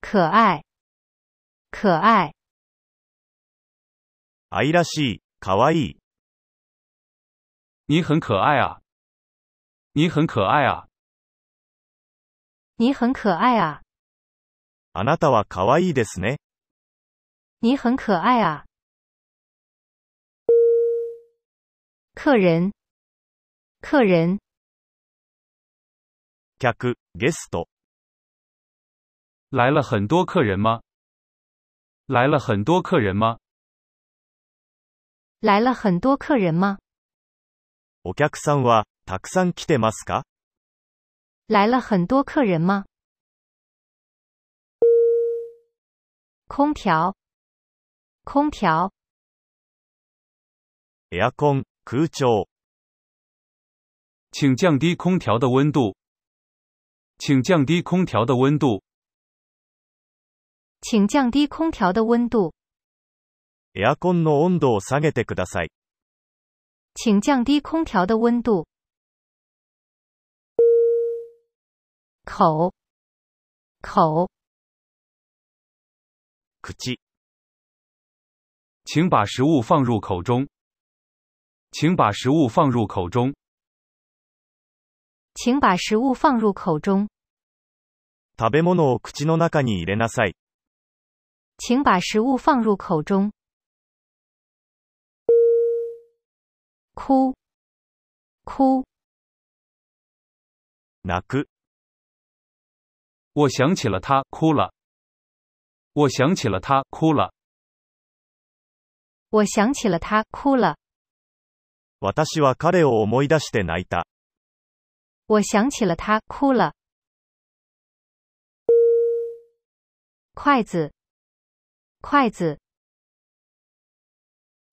A: 可爱，可爱，
B: 愛らしい、かわいい、
C: 你很可爱啊！你很可爱啊！
A: 你很可爱啊，
B: あなたはかわいいですね。
A: 你很可爱啊。客人，客人，
B: 客、ゲスト、
C: 来了很多客人吗？来了很多客人吗？
A: 来了很多客人吗？
B: お客さんは、たくさん来てますか
A: 来了很多客人吗？空调，空调，
B: エアコン、空調、
C: 请降低空调的温度。请降低空调的温度。
A: 请降低空调的温度，
B: エアコンの温度を下げてください。
A: 请降低空调的温度。口，口，
B: 口、
C: 请把食物放入口中。请把食物放入口中。
A: 请把食物放入口中，
B: 食べ物を口の中に入れなさい。
A: 请把食物放入口中。哭，哭，
B: 泣く、
C: 我想起了他，哭了。我想起了他，哭了。
A: 我想起了他，哭了。
B: 私は彼を思い出して泣いた。
A: 我想起了他，哭了。筷子，筷子，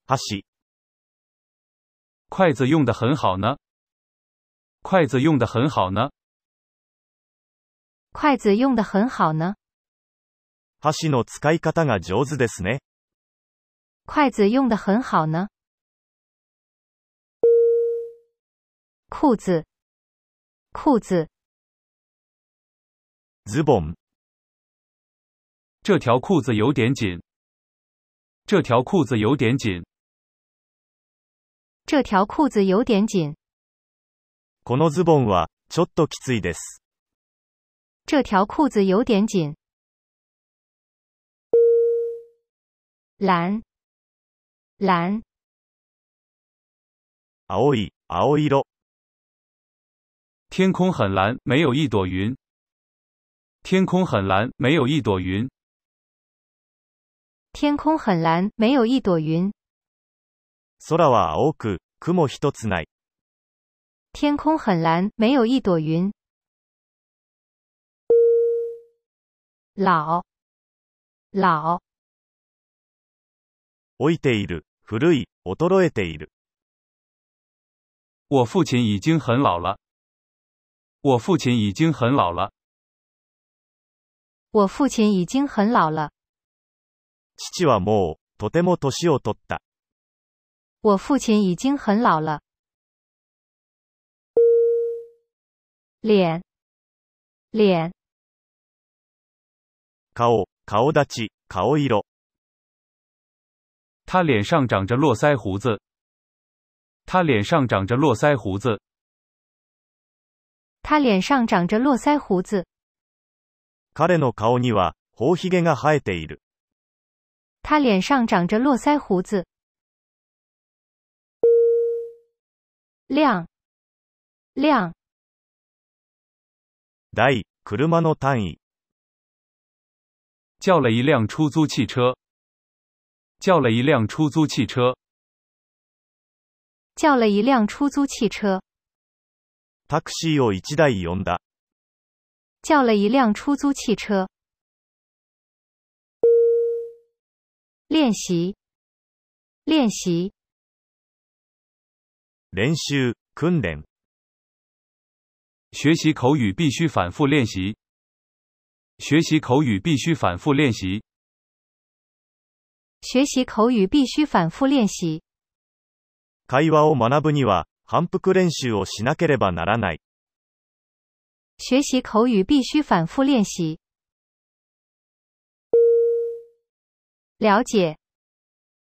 B: 箸、
C: 筷子用的很好呢。筷子用的很好呢。
A: 筷子用的很好呢。
B: 箸の使い方が上手ですね。
A: 筷子用得很好呢。裤子，裤子，
B: ズボン、
C: 这条裤子有点紧。这条裤子有点紧。
A: 这条裤子有点紧，
B: このズボンは、ちょっときついです。
A: 这条裤子有点紧。蓝，蓝，
B: 青い、青色、
C: 天空很蓝，没有一朵云。天空很蓝，没有一朵云。
A: 天空很蓝，没有一朵云。
B: 空は青く、雲一つない。
A: 天空很蓝，没有一朵云。老，老，
B: 老いている、古い、衰えている。
C: 我父亲已经很老了。我父亲已经很老了。
A: 我父亲已经很老了。
B: 父はもう、とても年を取った。
A: 我父亲已经很老了。脸，脸，
B: 顔、顔立ち、顔色。
C: 他脸上长着络腮胡子。他脸上长着络腮胡子。
A: 他脸上长着络腮胡子，
B: 彼の顔には、頬ひげが生えている。
A: 他脸上长着络腮胡子。亮，亮，
B: 台、車の単位。
C: 叫了一辆出租汽车。叫了一辆出租汽车。
A: 叫了一辆出租汽车。
B: タクシーを一台呼んだ。
A: 叫了一辆出租汽车。练习，练习，
B: 練習、訓練。
C: 学习口语必须反复练习。学习口语必须反复练习。
A: 学习口语必须反复练习。
B: 会話を学ぶには、反復練習をしなければならない。
A: 学习口语必须反复练习。了解，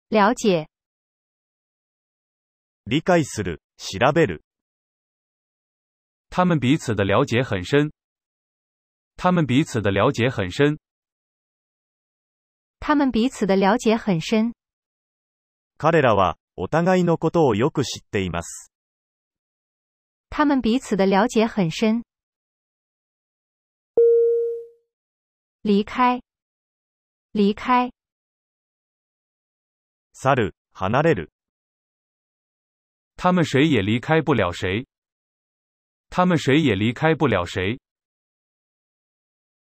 A: 了解，
B: 理解する、調べる。
C: 他们彼此的了解很深。他们彼此的了解很深。
A: 他们彼此的了解很深。
B: 彼らは、お互いのことをよく知っています。
A: 他们彼此的了解很深。离开，离开，
B: 去る、離れる。
C: 他们谁也离开不了谁。他们谁也离开不了谁。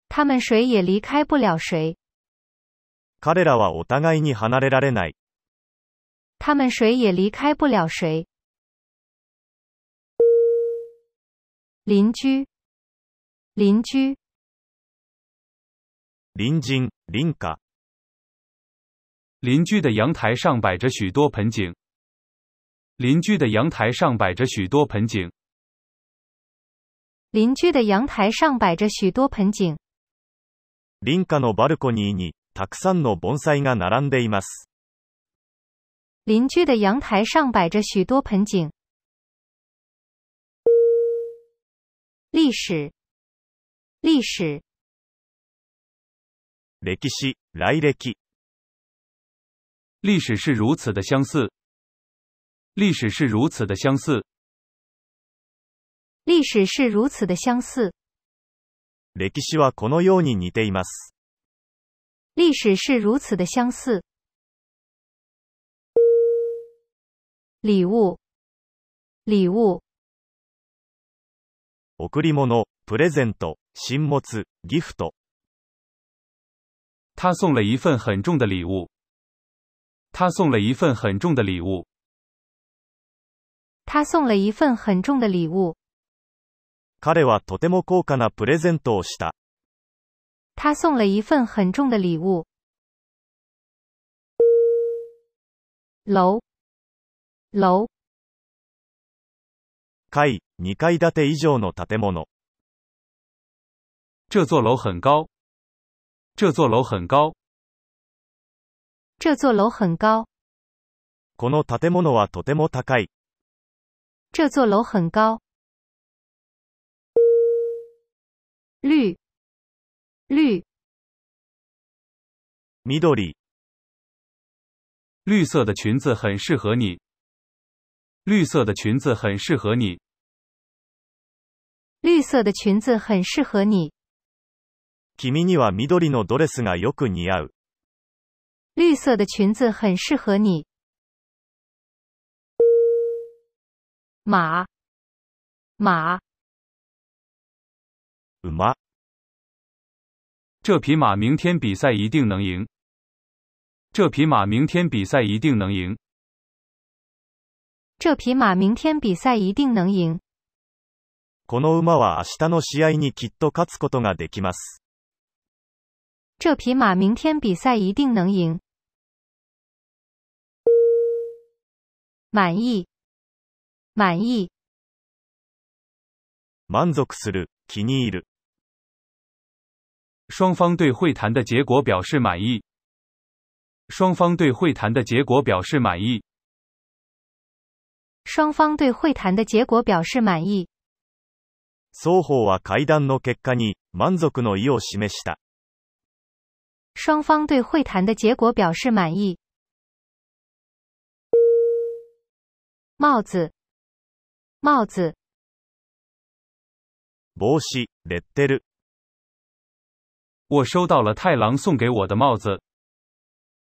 A: 他们谁也离开不了谁，
B: 彼らはお互いに離れられない。
A: 他们谁也离开不了谁。邻居，邻居，
B: 隣人、隣家。
C: 邻居的阳台上摆着许多盆景。邻居的阳台上摆着许多盆景。
A: 邻居的阳台上摆着许多盆景，
B: 隣家のバルコニーに、たくさんの盆栽が並んでいます。
A: 邻居的阳台上摆着许多盆景。历史，历史，
B: 歴史、来歴。
C: 历史是如此的相似。历史是如此的相似。
A: 历史是如此的相似，
B: 歴史はこのように似ています。
A: 历史是如此的相似。礼物，礼物，
B: 贈り物、プレゼント、新物、ギフト。
C: 他送了一份很重的礼物。他送了一份很重的礼物。
A: 他送了一份很重的礼物，
B: 彼はとても高価なプレゼントをした。
A: 他送了一份很重的礼物。楼，楼，
B: 階、2階建て以上の建物。
C: 这座楼很高。这座楼很高。
A: 这座楼很高，
B: この建物はとても高い。
A: 这座楼很高。绿，绿，
B: 緑、
C: 绿色的裙子很适合你。绿色的裙子很适合你。
A: 绿色的裙子很适合你，
B: 君には緑のドレスがよく似合う。
A: 绿色的裙子很适合你。马，马，
B: 馬、
C: 这匹马明天比赛一定能赢。这匹马明天比赛一定能赢。
A: 这匹马明天比赛一定能赢。
B: この馬は明日の試合にきっと勝つことができます。
A: 这匹马明天比赛一定能赢。满意，满意，
B: 満足する、気に入る。
C: 双方对会谈的结果表示满意。双方对会谈的结果表示满意。
A: 双方对会谈的结果表示满意，
B: 双方は会談の結果に満足の意を示した。
A: 双方对会谈的结果表示满意。帽子，帽子，
B: 帽子、レッテル。
C: 我收到了太郎送给我的帽子。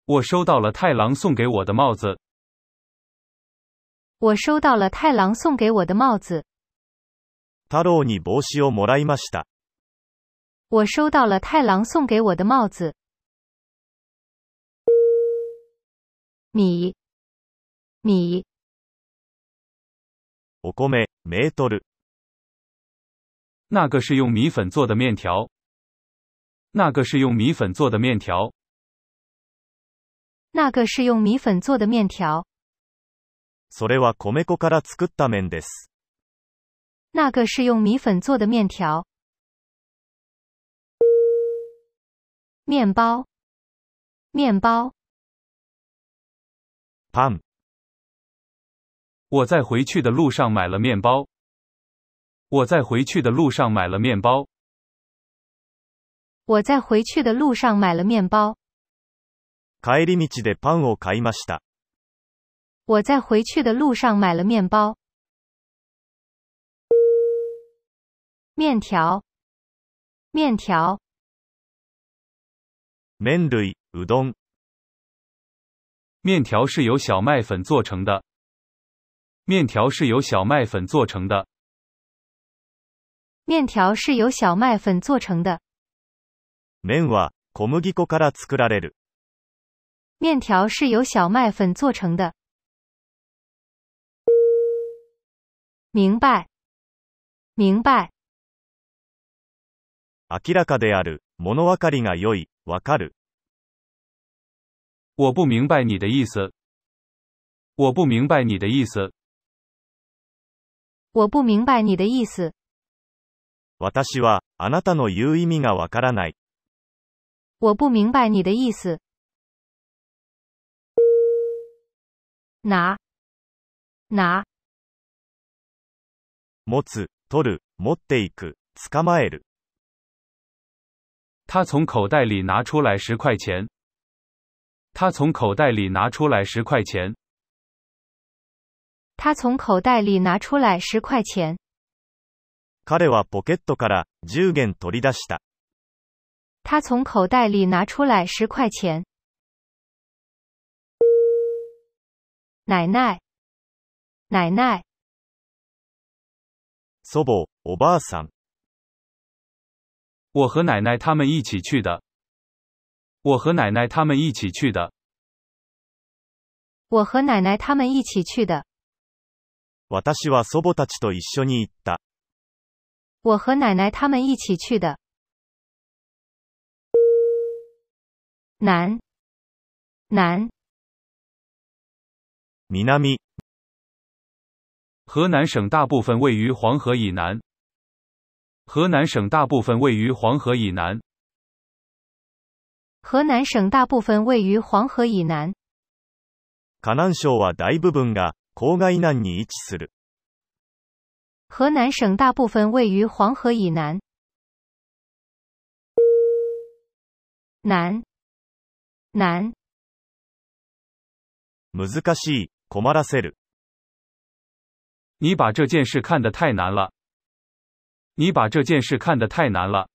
C: 我收到了太郎送给我的帽子。
A: 我收到了太郎送给我的帽子。
B: 太郎に帽子をもらいました。
A: 我收到了太郎送给我的帽子。米，米，
B: お米、メートル。
C: 那个是用米粉做的面条。那个是用米粉做的面条。
A: 那个是用米粉做的面条，
B: それは米粉から作った麺です。
A: 那个是用米粉做的面条。面包，面包，
B: パン、
C: 我在回去的路上买了面包。我在回去的路上买了面包。
A: 我在回去的路上买了面包。
B: 帰り道でパンを買いました。
A: 我在回去的路上买了面包。面条，面条，
B: 麺類、うどん。
C: 面条是由小麦粉做成的。面条是由小麦粉做成的。
A: 面条是由小麦粉做成的。
B: 麺は小麦粉から作られる。
A: 面条是由小麦粉做成的。明白，明白，
B: 明らかである、物分かりが良い、わかる。
C: 我不明白你的意思。我不明白你的意思。
A: 我不明白你的意思。
B: 私は、あなたの言う意味がわからない。
A: 我不明白你的意思。拿，拿，
B: 持つ、取る、持っていく、捕まえる。
C: 他从口袋里拿出来十块钱。他从口袋里拿出来十块钱。
A: 他从口袋里拿出来十块钱。
B: 彼はポケットから10元取り出した。
A: 他从口袋里拿出来十块钱。奶奶，奶奶，
B: 祖母、おばあさん。
C: 我和奶奶他们一起去的。我和奶奶他们一起去的。
A: 我和奶奶他们一起去的。
B: 私は祖母たちと一緒に行った。
A: 我和奶奶他们一起去的。男，男，
B: 南、
C: 河南省大部分位于黄河以南。河南省大部分位于黄河以南。
A: 河南省大部分位于黄河以南。
B: 河南省は大部分が、郊外南に位置する。
A: 河南省大部分位于黄河以南。南，南，
B: 難しい、困らせる。
C: 你把这件事看得太难了。你把这件事看得太难了。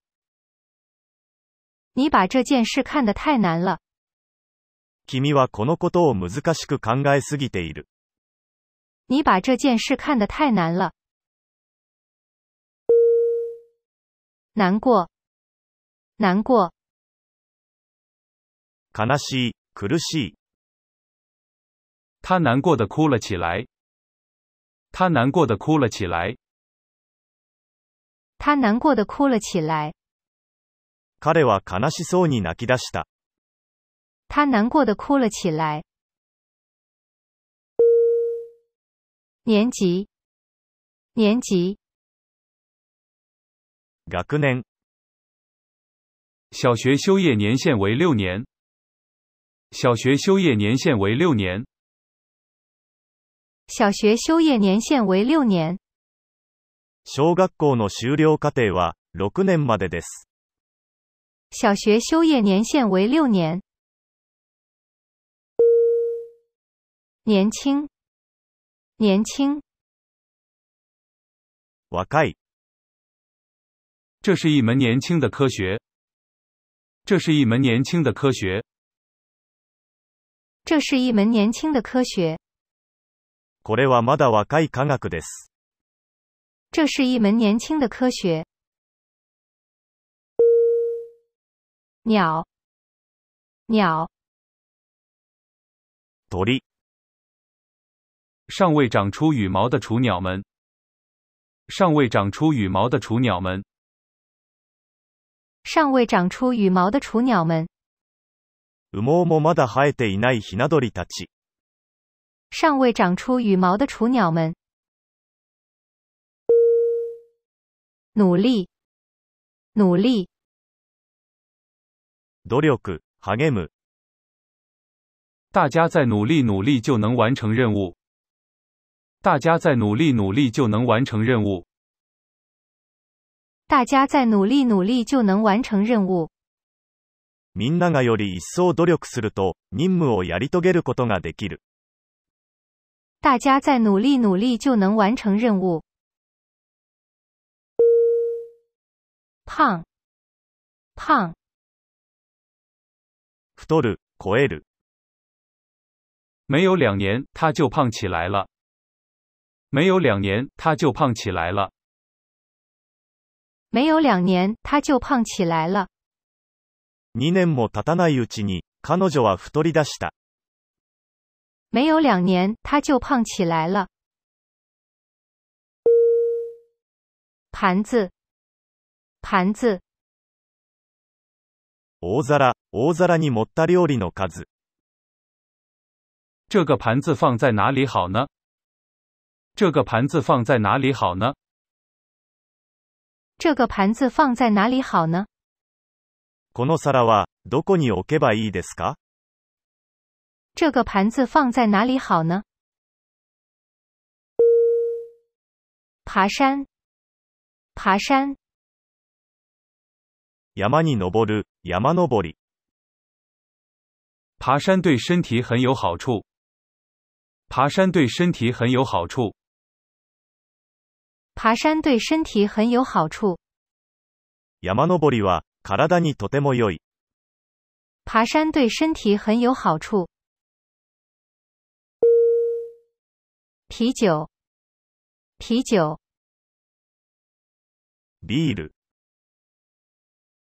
A: 你把这件事看得太难了。
B: 君はこのことを難しく考えすぎている。
A: 你把这件事看得太难了。难过，难过，
B: 悲しい、苦しい。
C: 他难过的哭了起来。他难过的哭了起来。
A: 他难过的哭了起来。
B: 彼は悲しそうに泣き出した。
A: 他难过的哭了起来。年级，年级，
B: 学年、
C: 小学休业年限为六年。小学休业年限为六年。
A: 小学休业年限为六年。
B: 小学校の修了課程は、6年までです。
A: 小学休业年限为六年。年轻，年轻，
B: 若い、
C: 这是一门年轻的科学。这是一门年轻的科学。
A: 这是一门年轻的科学。
B: これはまだ若い科学です。
A: 这是一门年轻的科学。鸟，鸟，
B: 鳥、
C: 尚未长出羽毛的雏鸟们。尚未长出羽毛的雏鸟们。
A: 尚未长出羽毛的雏鸟们，
B: 羽毛もまだ生えていない雛鳥たち。
A: 尚未长出羽毛的雏鸟们，努力，努力，
B: 努力、励む、
C: 大家再努力努力就能完成任务。大家再努力努力就能完成任务。
A: 大家再努力努力就能完成任务。
B: みんながより一層努力すると、任務をやり遂げることができる。
A: 大家再努力努力就能完成任务。胖，胖，
B: 太る、超える。
C: 没有两年，他就胖起来了。没有两年，他就胖起来了。
A: 没有两年他就胖起来了。
B: 2年も経たないうちに、彼女は太り出した。
A: 没有两年他就胖起来了。盘子，盘子，
B: 大皿、大皿に盛った料理の数。
C: 这个盘子放在哪里好呢？这个盘子放在哪里好呢？
A: 这个盘子放在哪里好呢？
B: この皿は、どこに置けばいいですか
A: 这个盘子放在哪里好呢？爬山，爬山，
B: 山に登る、山登り。
C: 爬山对身体很有好处。爬山对身体很有好处。
A: 爬山对身体很有好处。
B: 山登りは、体にとても良い。
A: 爬山对身体很有好处。啤酒，啤酒，
B: ビール、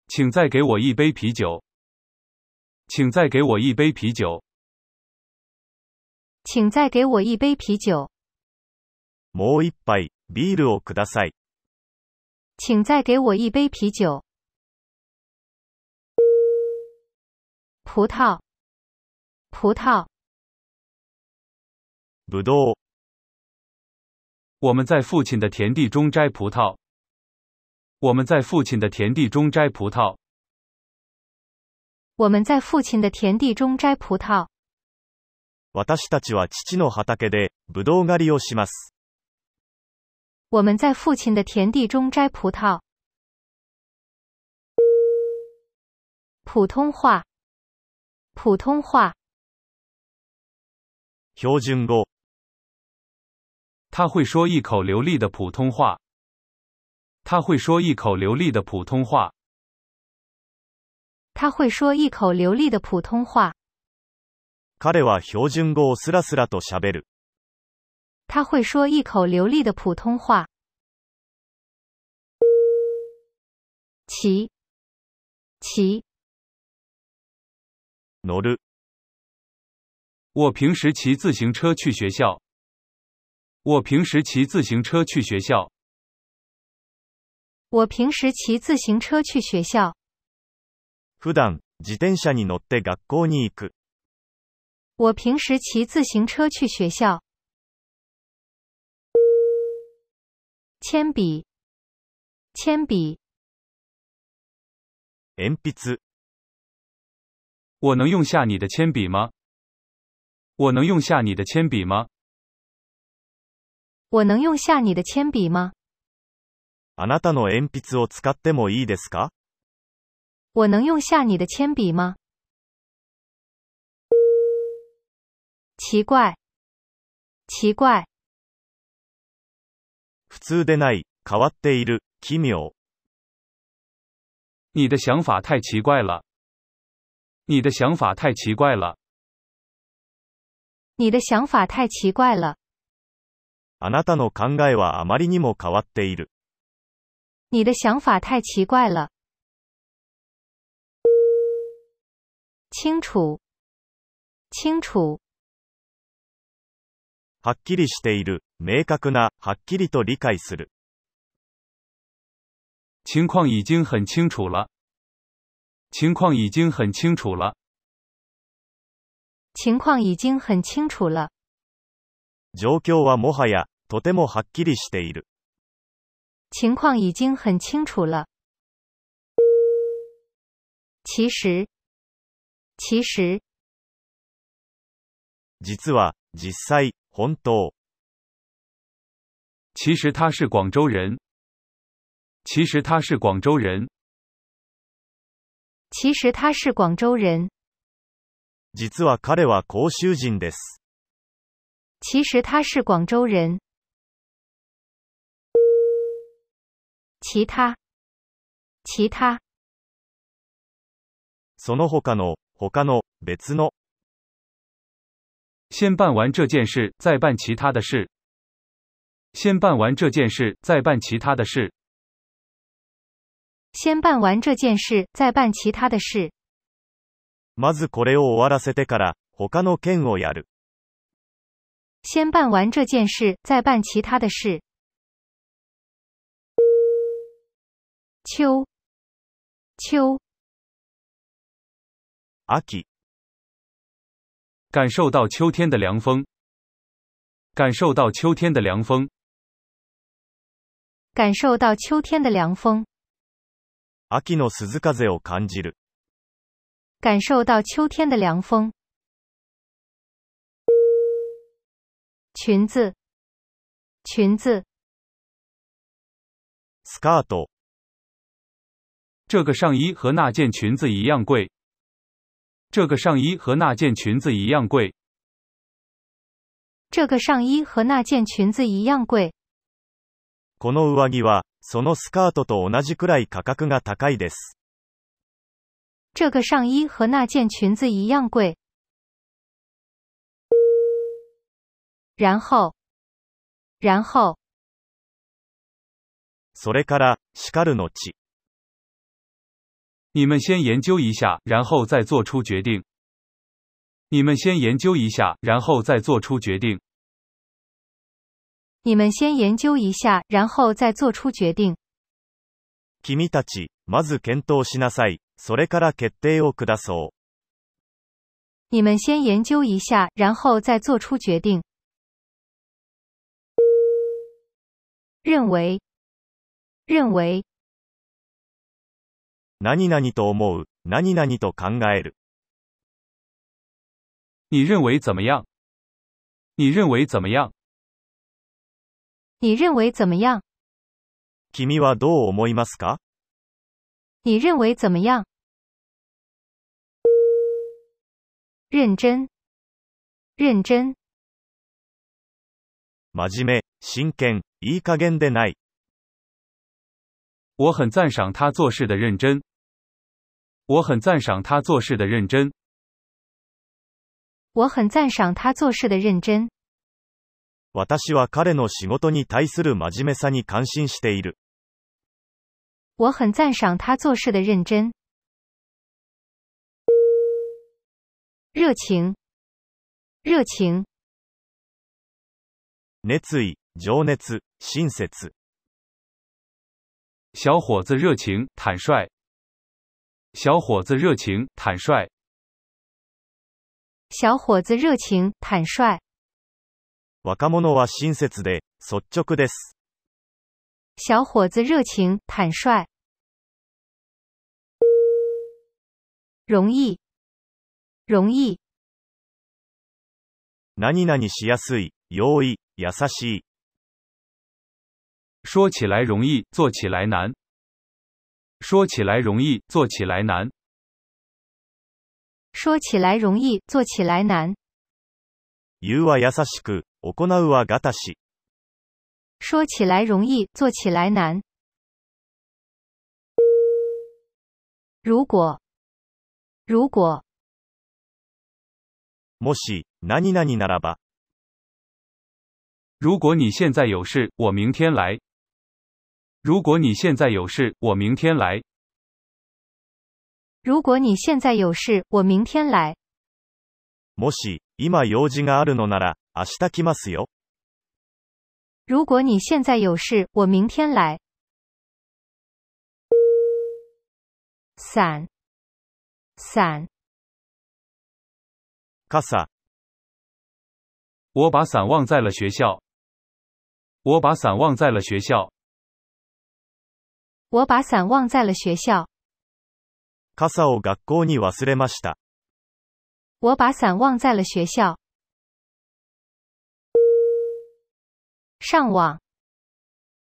C: 请再给我一杯啤酒。请再给我一杯啤酒。
A: 请再给我一杯啤酒，
B: もう一杯、ビールをください。
A: 请再给我一杯啤酒。葡萄，葡萄，
B: ぶどう、
C: 我们在父亲的田地中摘葡萄。我们在父亲的田地中摘葡萄。
A: 我们在父亲的田地中摘葡萄。
B: 私たちは父の畑で、ぶどう狩りをします。
A: 我们在父亲的田地中摘葡萄。普通话，普通话，
B: 標準語、
C: 他会说一口流利的普通话。他会说一口流利的普通话。
A: 他会说一口流利的普通话。
B: 彼は標準語をスラスラと喋る。
A: 他会说一口流利的普通话。骑，骑，
B: 乗る、
C: 我平时骑自行车去学校。我平时骑自行车去学校。
A: 我平时骑自行车去学校。
B: 普段、自転車に乗って学校に行く。
A: 我平时骑自行车去学校。铅笔，铅笔，
B: 鉛筆、
C: 我能用下你的铅笔吗？我能用下你的铅笔吗？
A: 我能用下你的铅笔吗？
B: あなたの鉛筆を使ってもいいですか
A: 我能用下你的铅笔吗？奇怪，奇怪，
B: 普通でない、変わっている、奇妙。
C: 你的想法太奇怪了。你的想法太奇怪了。
A: 你的想法太奇怪了。
B: あなたの考えはあまりにも変わっている。
A: 你的想法太奇怪了。清楚，清楚，
B: はっきりしている、明確な、はっきりと理解する。
C: 情况已经很清楚了。情况已经很清楚了。
A: 情况已经很清楚了。
B: 状況はもはや、とてもはっきりしている。
A: 情况已经很清楚了。其实，其实，
B: 実は、実際、本当。
C: 其实他是广州人。其实他是广州人。
A: 其实他是广州人。
B: 実は彼は甲州人です。
A: 其实他是广州人。其他，其他，
B: その他の、他の、別の、
C: 先办完这件事，再办其他的事。先办完这件事，再办其他的事。
A: 先办完这件事，再办其他的事。
B: まずこれを終わらせてから、他の件をやる。
A: 先办完这件事，再办其他的事。秋，秋。
B: 秋、
C: 感受到秋天的凉风。感受到秋天的凉风。
A: 感受到秋天的凉风，
B: 秋の涼風を感じる。
A: 感受到秋天的凉风。裙子，裙子，
B: スカート、
C: 这个上衣和那件裙子一样贵。这个上衣和那件裙子一样贵。
A: 这个上衣和那件裙子一样贵。
B: この上着は、そのスカートと同じくらい価格が高いです。
A: 这个上衣和那件裙子一样贵。然后，然后，
B: それから、叱るの地。
C: 你们先研究一下，然后再做出决定。你们先研究一下，然后再做出决定。
A: 你们先研究一下，然后再做出决定。
B: 君たち、まず検討しなさい。それから決定を下そう。
A: 你们先研究一下，然后再做出决定。认为，认为，
B: 何々と思う、何々と考える。
C: 你认为怎么样？你认为怎么样？
A: 你认为怎么样？
B: 君はどう思いますか
A: 你认为怎么样？认真，认真，
B: 真面目、真剣、いい加減でない。
C: 我很赞赏他做事的认真。我很赞赏他做事的认真。
A: 我很赞赏他做事的认真。
B: 私は彼の仕事に対する真面目さに感心している。
A: 我很赞赏他做事的认真。热情，热情，
B: 熱意、情熱、親切。
C: 小伙子热情坦率。小伙子热情坦率。
A: 小伙子热情坦率，
B: 若者は親切で、率直です。
A: 小伙子热情坦率。容易，容易，
B: 何々しやすい、容易、優しい。
C: 说起来容易，做起来难。说起来容易，做起来难。
A: 说起来容易，做起来难；
B: 言うは優しく、行うはがたし。
A: 说起来容易，做起来难。如果，如果，
B: もし、何々ならば、
C: 如果你现在有事，我明天来。如果你现在有事，我明天来。
A: 如果你现在有事，我明天来；
B: もし、今用事があるのなら、明日来ますよ。
A: 如果你现在有事，我明天来。伞，伞，
B: 傘、
C: 我把伞忘在了学校。我把伞忘在了学校。
A: 我把伞忘在了学校。
B: 傘を学校に忘れました。
A: 我把伞忘在了学校。上网，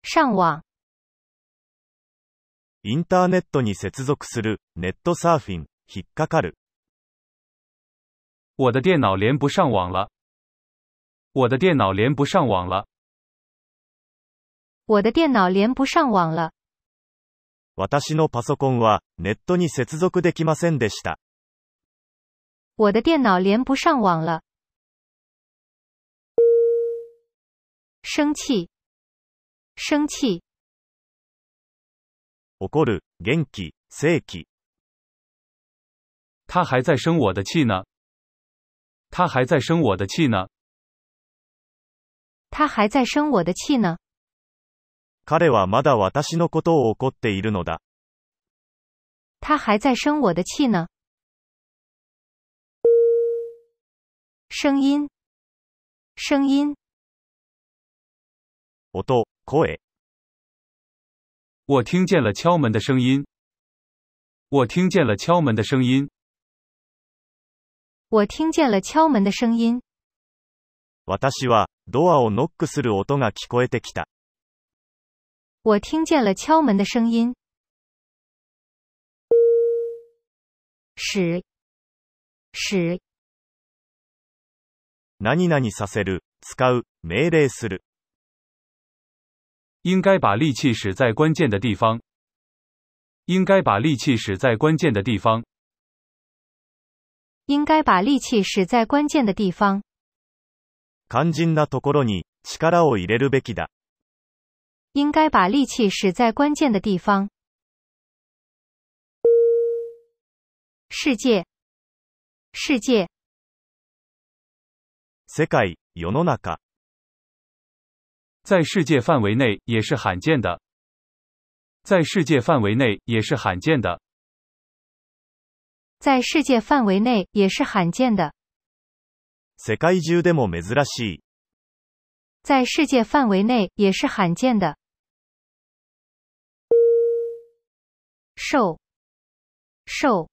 A: 上网，
B: インターネットに接続する、ネットサーフィン、引っかかる。
C: 我的电脑连不上网了。我的电脑连不上网了。
A: 我的电脑连不上网了。
B: 私のパソコンは、ネットに接続できませんでした。
A: 我的电脑连不上网了。生气，生气，
B: 怒る、元気、正気。
C: 他还在生我的气呢。他还在生我的气呢。
A: 他还在生我的气呢。
B: 彼はまだ私のことを怒っているのだ。
A: 他还在生我的气呢。声音，声音，
B: 音、声。
C: 我听见了敲门的声音。我听见了敲门的声音。
A: 我听见了敲门的声音。
B: 私は、ドアをノックする音が聞こえてきた。
A: 我听见了敲门的声音。使，使，
B: 何々させる、使う、命令する。
C: 应该把力气使在关键的地方。应该把力气使在关键的地方。
A: 应该把力气使在关键的地方。
B: 肝心なところに、力を入れるべきだ。
A: 应该把力气使在关键的地方。世界，世界，
B: 世界、世の中。
C: 在世界范围内也是罕见的。在世界范围内也是罕见的。
A: 在世界范围内也是罕见的，
B: 世界中でも珍しい。
A: 在世界范围内也是罕见的。瘦，瘦，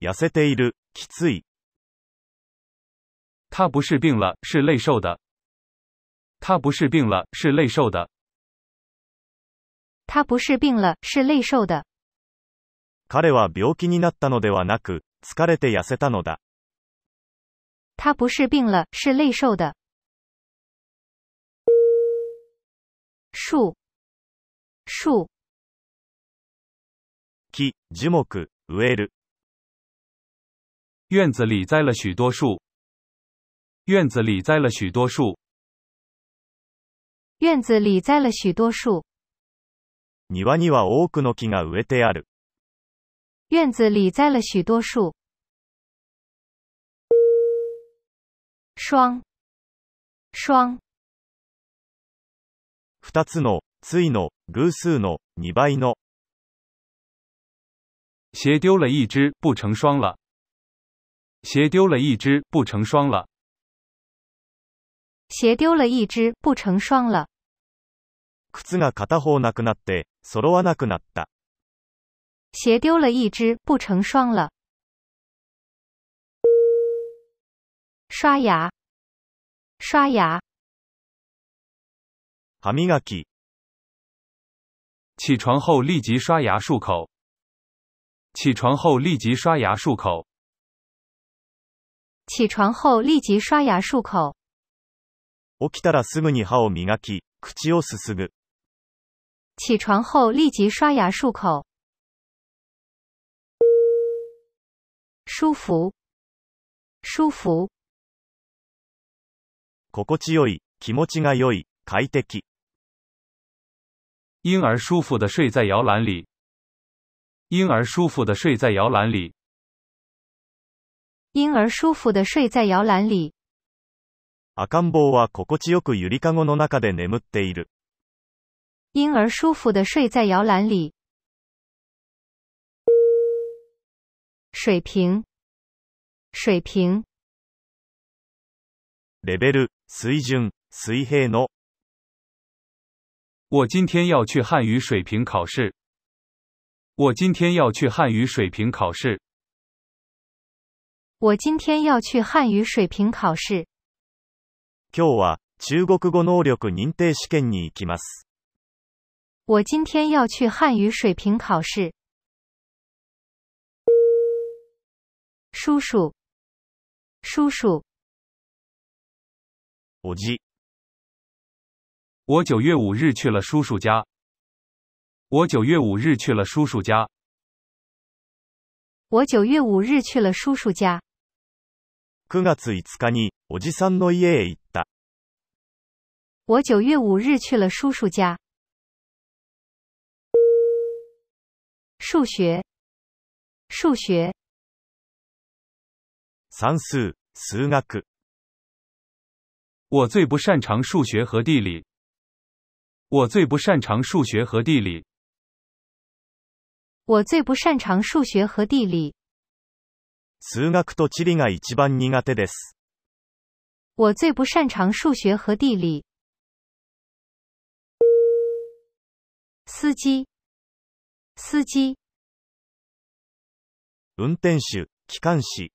B: 痩せている、きつい、
C: 他不是病了，是累瘦的。他不是病了，是累瘦的。
A: 他不是病了，是累瘦的。
B: 彼は病気になったのではなく、疲れて痩せたのだ。
A: 他不是病了，是累瘦的。树，树，
B: 木、樹木、植える、
C: 院子里栽了许多树。院子里栽了许多树。
A: 院子里栽了许多树，
B: 庭には多くの木が植えてある。
A: 院子里栽了许多树。双，双，
B: 二つの、ついの、偶数の、二倍の、
C: 鞋丢了一只，不成双了。鞋丢了一只，不成双了。
A: 鞋丢了一只，不成双了。
B: 靴が片方なくなって、揃わなくなった。
A: 鞋丢了一只，不成双了。刷牙，刷牙，
B: 歯磨き、
C: 起床后立即刷牙漱口。起床后立即刷牙漱口。
A: 起床后立即刷牙漱口。
B: 起きたらすぐに歯を磨き、口をすすぐ、
A: 起床后立即刷牙漱口。舒服，舒服，
B: 心地よい、気持ちが良い、快適、
C: 婴儿舒服的睡在摇篮里。婴儿舒服的睡在摇篮里。
A: 婴儿舒服的睡在摇篮里。
B: 赤ん坊は心地よくゆりかごの中で眠っている。
A: 婴儿舒服的睡在摇篮里。水平，水平，
B: レベル、水準、水平の、
C: 我今天要去汉语水平考试。我今天要去汉语水平考试。
A: 我今天要去汉语水平考试。
B: 今日は中国語能力認定試験に行きます。
A: 我今天要去汉语水平考试。叔叔，叔叔，
B: おじ、
C: 我九月五日去了叔叔家。我九月五日去了叔叔家。
A: 我九月五日去了叔叔家。
B: 9月5日におじさんの家へ行った。
A: 我九月五日去了叔叔家。数学，数学，
B: 算数、数学、
C: 我最不擅长数学和地理。我最不擅长数学和地理。
A: 我最不擅长数学和地理。
B: 数学と地理が一番苦手です。
A: 我最不擅长数学和地理。司机，司机，
B: 運転手、機関士、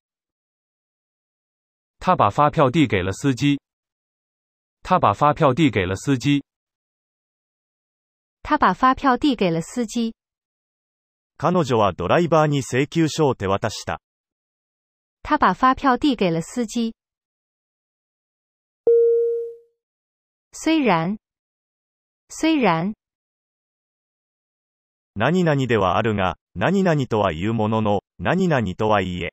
C: 他把发票递给了司机。他把发票递给了司机。
A: 他把发票递给了司机。
B: 彼女はドライバーに請求書を手渡した。
A: 他把发票递给了司机。虽然，虽然，
B: 何々ではあるが、何々とは言うものの、何々とはいえ、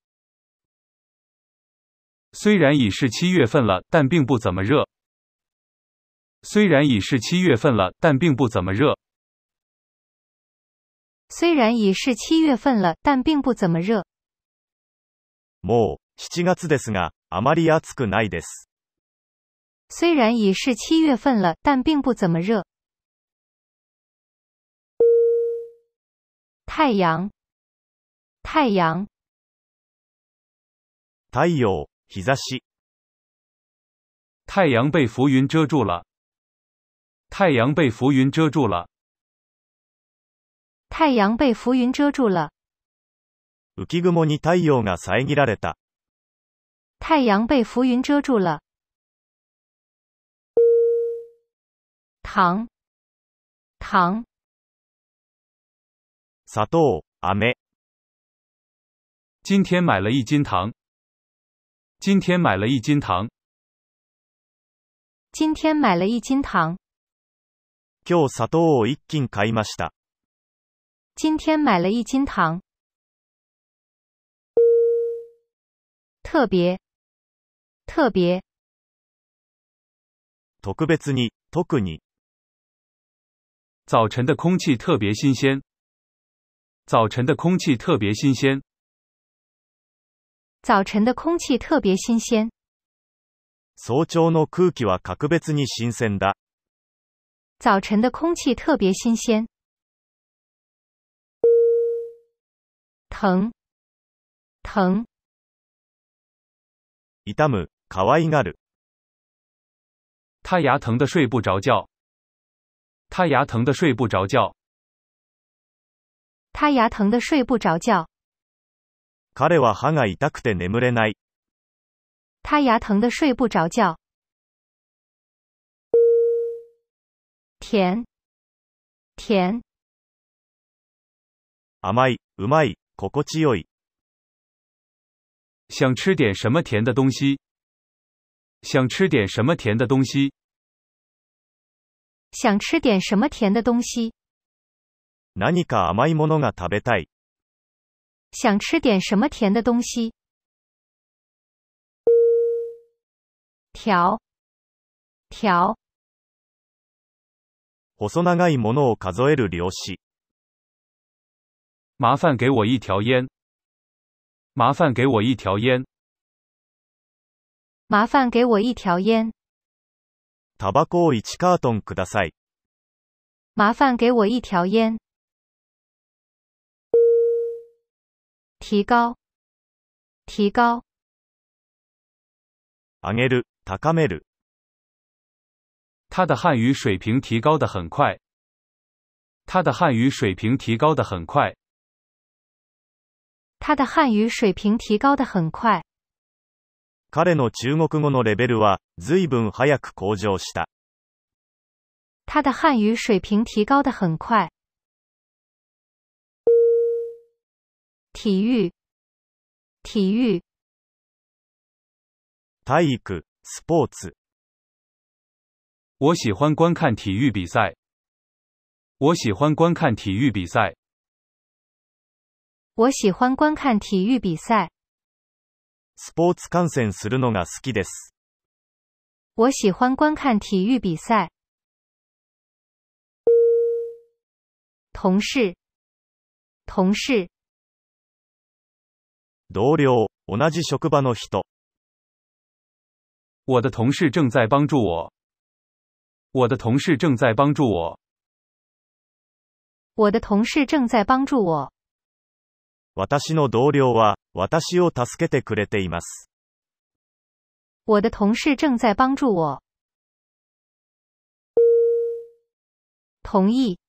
C: 虽然已是七月份了，但并不怎么热。虽然已是七月份了，但并不怎么热。
A: 虽然已是七月份了，但并不怎么热。
B: もう、7月ですが、あまり暑くないです。
A: 虽然已是七月份了，但并不怎么热。太阳，太阳，
B: 太陽、日差し、
C: 太阳被浮云遮住了。太阳被浮云遮住了。
A: 太阳被浮云遮住了。
B: 浮雲に太陽が遮られた。
A: 太阳被浮云遮住了。糖，糖，
B: 砂糖、飴、
C: 今天买了一斤糖。今天买了一斤糖。
A: 今天买了一斤糖。
B: 今日砂糖を一斤買いました。
A: 今天买了一斤糖。特别，特别，
B: 特別に、特に、
C: 早晨的空气特别新鲜。早晨的空气特别新鲜。
A: 早晨的空气特别新鲜。
B: 早朝の空気は格別に新鮮だ。
A: 早晨的空气特别新鲜。疼，疼，
B: 痛む、可愛がる。
C: 他牙疼的睡不着觉。他牙疼的睡不着觉。
A: 他牙疼的睡不着觉。
B: 彼は歯が痛くて眠れない。
A: 他牙疼的睡不着觉。甜，甜，
B: 甘い、うまい、心地よい。
C: 想吃点什么甜的东西？想吃点什么甜的东西？
A: 想吃点什么甜的东西？
B: 何か甘いものが食べたい。
A: 想吃点什么甜的东西？条，条，
B: 細長いものを数える量子。
C: 麻烦给我一条烟。麻烦给我一条烟。
A: 麻烦给我一条烟。
B: タバコを1カートンください。
A: 麻烦给我一条烟。提高，提高，
B: あげる、高める。
C: 他的汉语水平提高的很快。他的汉语水平提高的很快。
A: 他的汉语水平提高的很快。
B: 彼の中国語のレベルは、随分早く向上した。
A: 他的汉语水平提高的很快。体育，体育，
B: 体育、スポーツ。
C: 我喜欢观看体育比赛。我喜欢观看体育比赛。
A: 我喜欢观看体育比赛。
B: スポーツ観戦するのが好きです。
A: 我喜欢观看体育比赛。同事，同事，
B: 同僚、同じ職場の人。
C: 我的同事正在帮助我。我的同事正在帮助我。
A: 我的同事正在帮助我。
B: 私の同僚は、私を助けてくれています。
A: 我的同事正在帮助我。同意，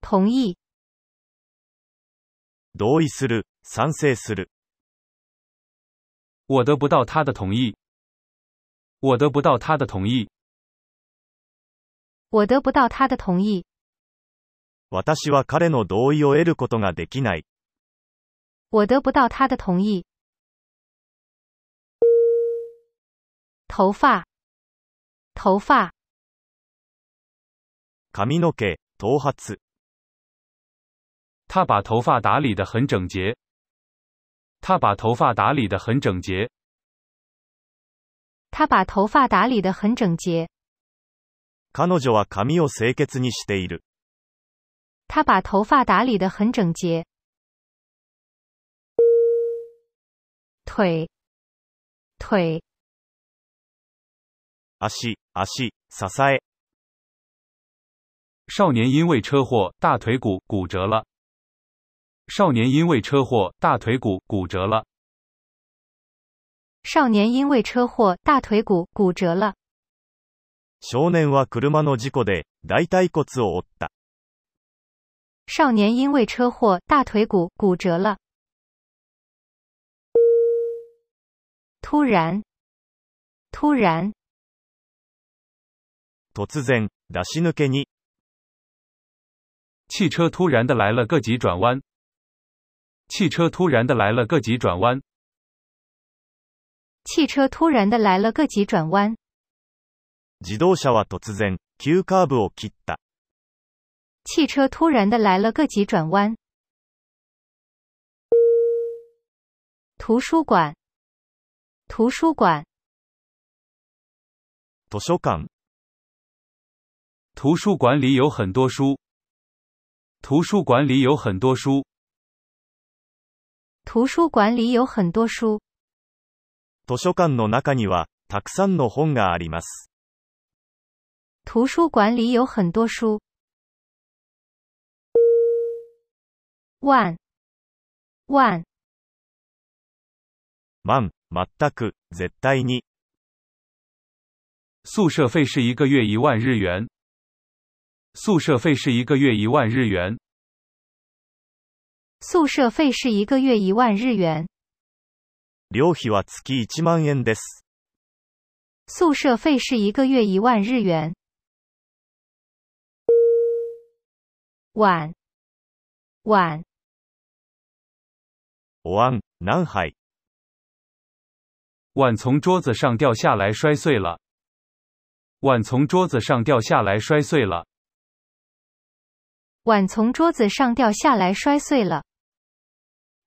A: 同意，
B: 同意する、賛成する。
C: 我得不到他的同意。我得不到他的同意。
A: 我得不到他的同意。
B: 私は彼の同意を得ることができない。
A: 我得不到他的同意。头发，头发，
B: 髪の毛、頭髪。
C: 他把头发打理得很整洁。他把头发打理得很整洁。
A: 他把头发打理得很整洁。
B: 彼女は髪を清潔にしている。
A: 他把头发打理得很整洁。腿，腿，
B: 足、足、支え。
C: 少年因为车祸大腿骨骨折了。少年因为车祸大腿骨骨折了。
A: 少年因为车祸大腿骨骨折了。
B: 少年は車の事故で、大腿骨を折った。
A: 少年因为车祸大腿骨骨折了。突然，突然，
B: 突然、出し抜けに、
C: 汽车突然的来了个急转弯。汽车突然的来了个急转弯。
A: 汽车突然的来了个急转弯，
B: 自動車は突然、急カーブを切った。
A: 汽车突然的来了个急转弯。图书馆，图书馆，
B: 図書館、
C: 图书馆里有很多书。图书馆里有很多书。
A: 图书馆里有很多书。
B: 図書館の中には、たくさんの本があります。
A: 图书馆里有很多书。万，万，
B: 万、全く、絶対に、
C: 宿舍费是一个月一万日元。宿舍费是一个月一万日元。
A: 宿舍费是一个月一万日元，
B: 寮費は月1万円です。
A: 宿舍费是一个月一万日元。晚，晚，
B: お椀、何杯、
C: 碗从桌子上掉下来摔碎了。碗从桌子上掉下来摔碎了。
A: 碗从桌子上掉下来摔碎了。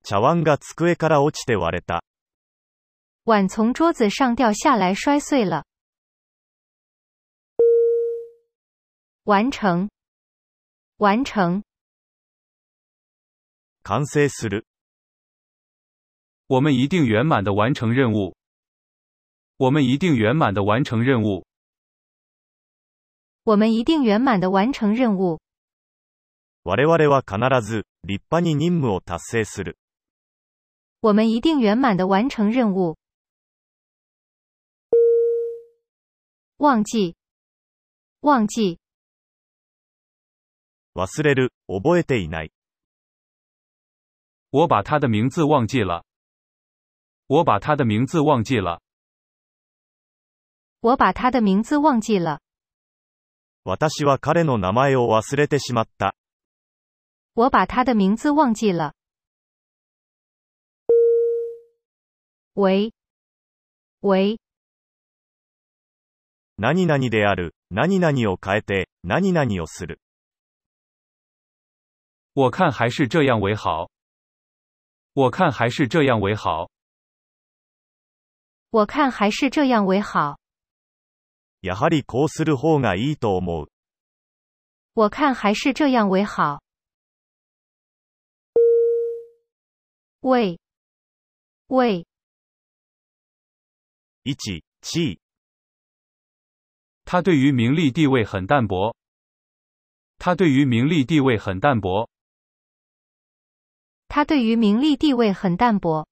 B: 茶碗が机から落ちて割れた。
A: 碗从桌子上掉下来摔碎了。完成，完成。
B: 完成する、
C: 我们一定圆满的完成任务。我们一定圆满的完成任务。
A: 我们一定圆满的完成任务。
B: 我々は必ず、立派に任務を達成する。
A: 我们一定圆满的完成任务。忘记，忘记，
B: 忘れる、覚えていない。
C: 我把他的名字忘记了。我把他的名字忘记了。
A: 我把他的名字忘记了。
B: 私は彼の名前を忘れてしまった。
A: 我把他的名字忘记了。喂，喂，
B: 何々である、何々を変えて、何々をする。
C: 我看还是这样为好。我看还是这样为好。
A: 我看还是这样为好。
B: やはりこうする方がいいと思う。
A: 我看还是这样为好。喂，喂，
B: 1、地位、
C: 他对于名利地位很淡薄。他对于名利地位很淡薄。
A: 他对于名利地位很淡薄。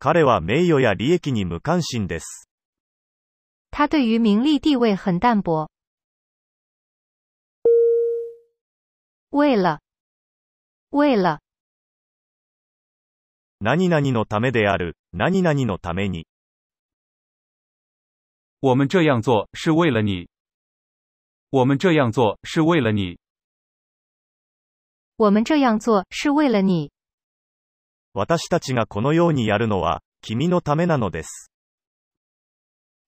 B: 彼は名誉や利益に無関心です。
A: 他对于名利地位很淡薄。为了，为了，
B: 何々のためである、何々のために。
C: 我们这样做是为了你。我们这样做是为了你。
A: 我们这样做是为了你。
B: 私たちがこのようにやるのは、君のためなのです。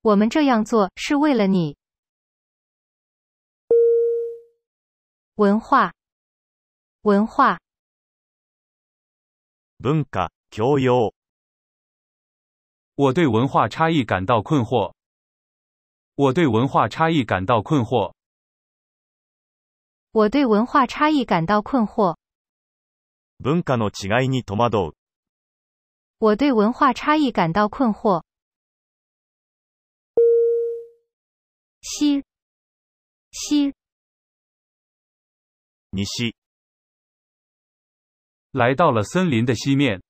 A: 我们这样做是为了你。文化，文化，
B: 文化、教養、
C: 我对文化差异感到困惑。我对文化差异感到困惑。
A: 我对文化差异感到困惑。
B: 文化の違いに戸惑う。
A: 我对文化差异感到困惑。西，西，
B: 西、
C: 来到了森林的西面。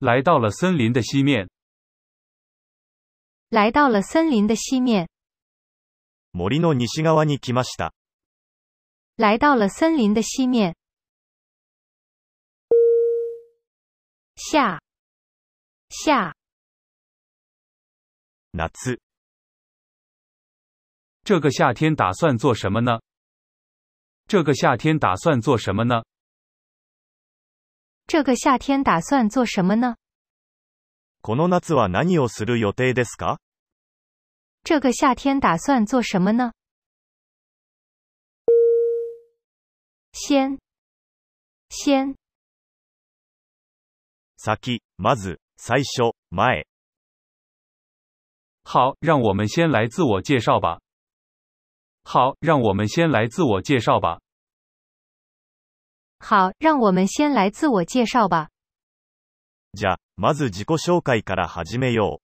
C: 来到了森林的西面。
A: 来到了森林的西面，
B: 森の西側に来ました。
A: 来到了森林的西面。下，下，
B: 夏、
C: 这个夏天打算做什么呢？这个夏天打算做什么呢？
A: 这个夏天打算做什么呢？
B: この夏は何をする予定ですか
A: 这个夏天打算做什么呢？先，先，
B: 先、まず、最初、前、
C: 好，让我们先来自我介绍吧。好，让我们先来自我介绍吧。
A: 好，让我们先来自我介绍吧。
B: じゃ、まず自己紹介から始めよ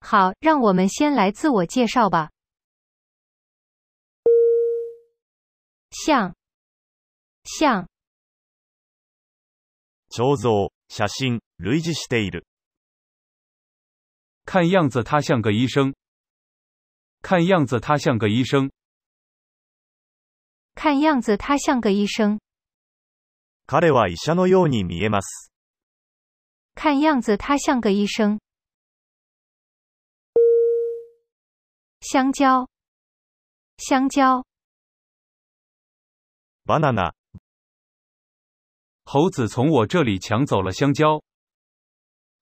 A: 好，让我们先来自我介绍吧。像，像，
B: う。彫像、写真、類似している。
C: 看样子他像个医生。看样子他像个医生。
A: 看样子他像个医生，
B: 彼は医者のように見えます。
A: 看样子他像个医生。香蕉，香蕉，
B: バナナ、
C: 猴子从我这里抢走了香蕉。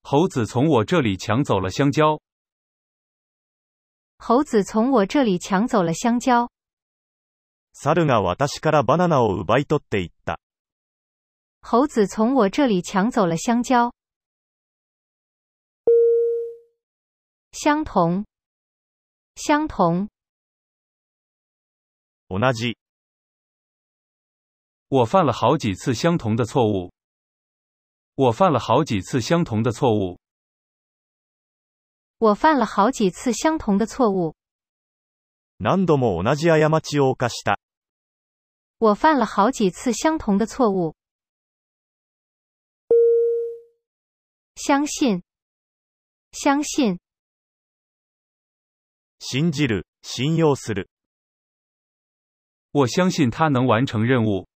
C: 猴子从我这里抢走了香蕉。
A: 猴子从我这里抢走了香蕉。
B: 猿が私からバナナを奪い取っていった。
A: 猴子从我这里抢走了香蕉。相同，相同，
B: 同じ、
C: 我犯了好几次相同的错误。我犯了好几次相同的错误。
A: 我犯了好几次相同的错误。
B: 何度も同じ過ちを犯した。
A: 我犯了好几次相同的错误。相信，相信，
B: 信じる、信用する。
C: 我相信他能完成任务。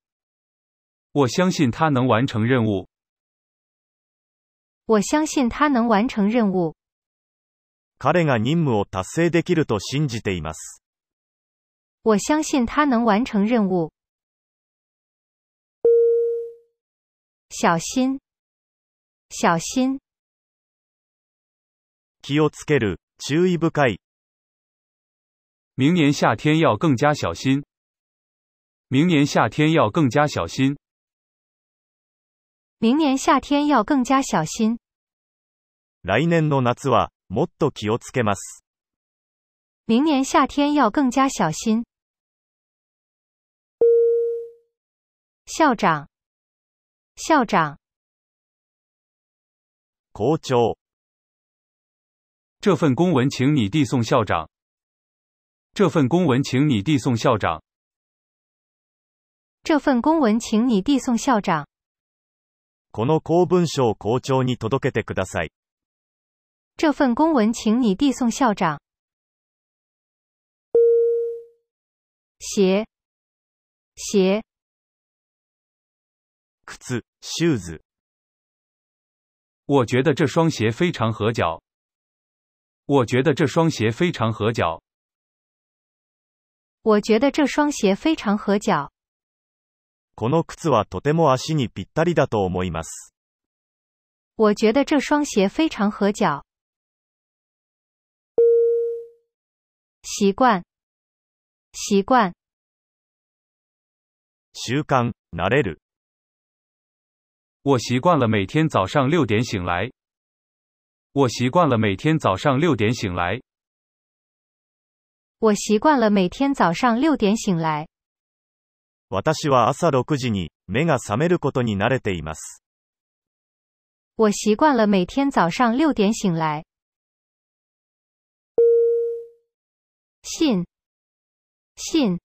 C: 我相信他能完成任务。
A: 我相信他能完成任务。
B: 彼が任務を達成できると信じています。
A: 我相信他能完成任务。小心，小心，
B: 気をつける、注意深い。
C: 明年夏天要更加小心。明年夏天要更加小心。
A: 明年夏天要更加小心。
B: 来年の夏は、もっと気をつけます。
A: 明年夏天要更加小心。校长，校长，
B: 校長、
C: 这份公文请你递送校长。这份公文请你递送校长。
A: 这份公文请你递送校长。
B: この公文書を校長に届けてください。
A: 这份公文请你递送校长。鞋，鞋，
B: 靴、シューズ。
C: 我觉得这双鞋非常合脚。我觉得这双鞋非常合脚。
A: 我觉得这双鞋非常合脚。
B: この靴はとても足にぴったりだと思います。
A: 我觉得这双鞋非常合脚。习惯，习惯，
B: 習慣、慣れる。
C: 我习惯了每天早上六点醒来。我习惯了每天早上六点醒来。
A: 我习惯了每天早上六点醒来。
B: 私は朝6時に、目が覚めることに慣れています。
A: 我习惯了每天早上六点醒来。信，信，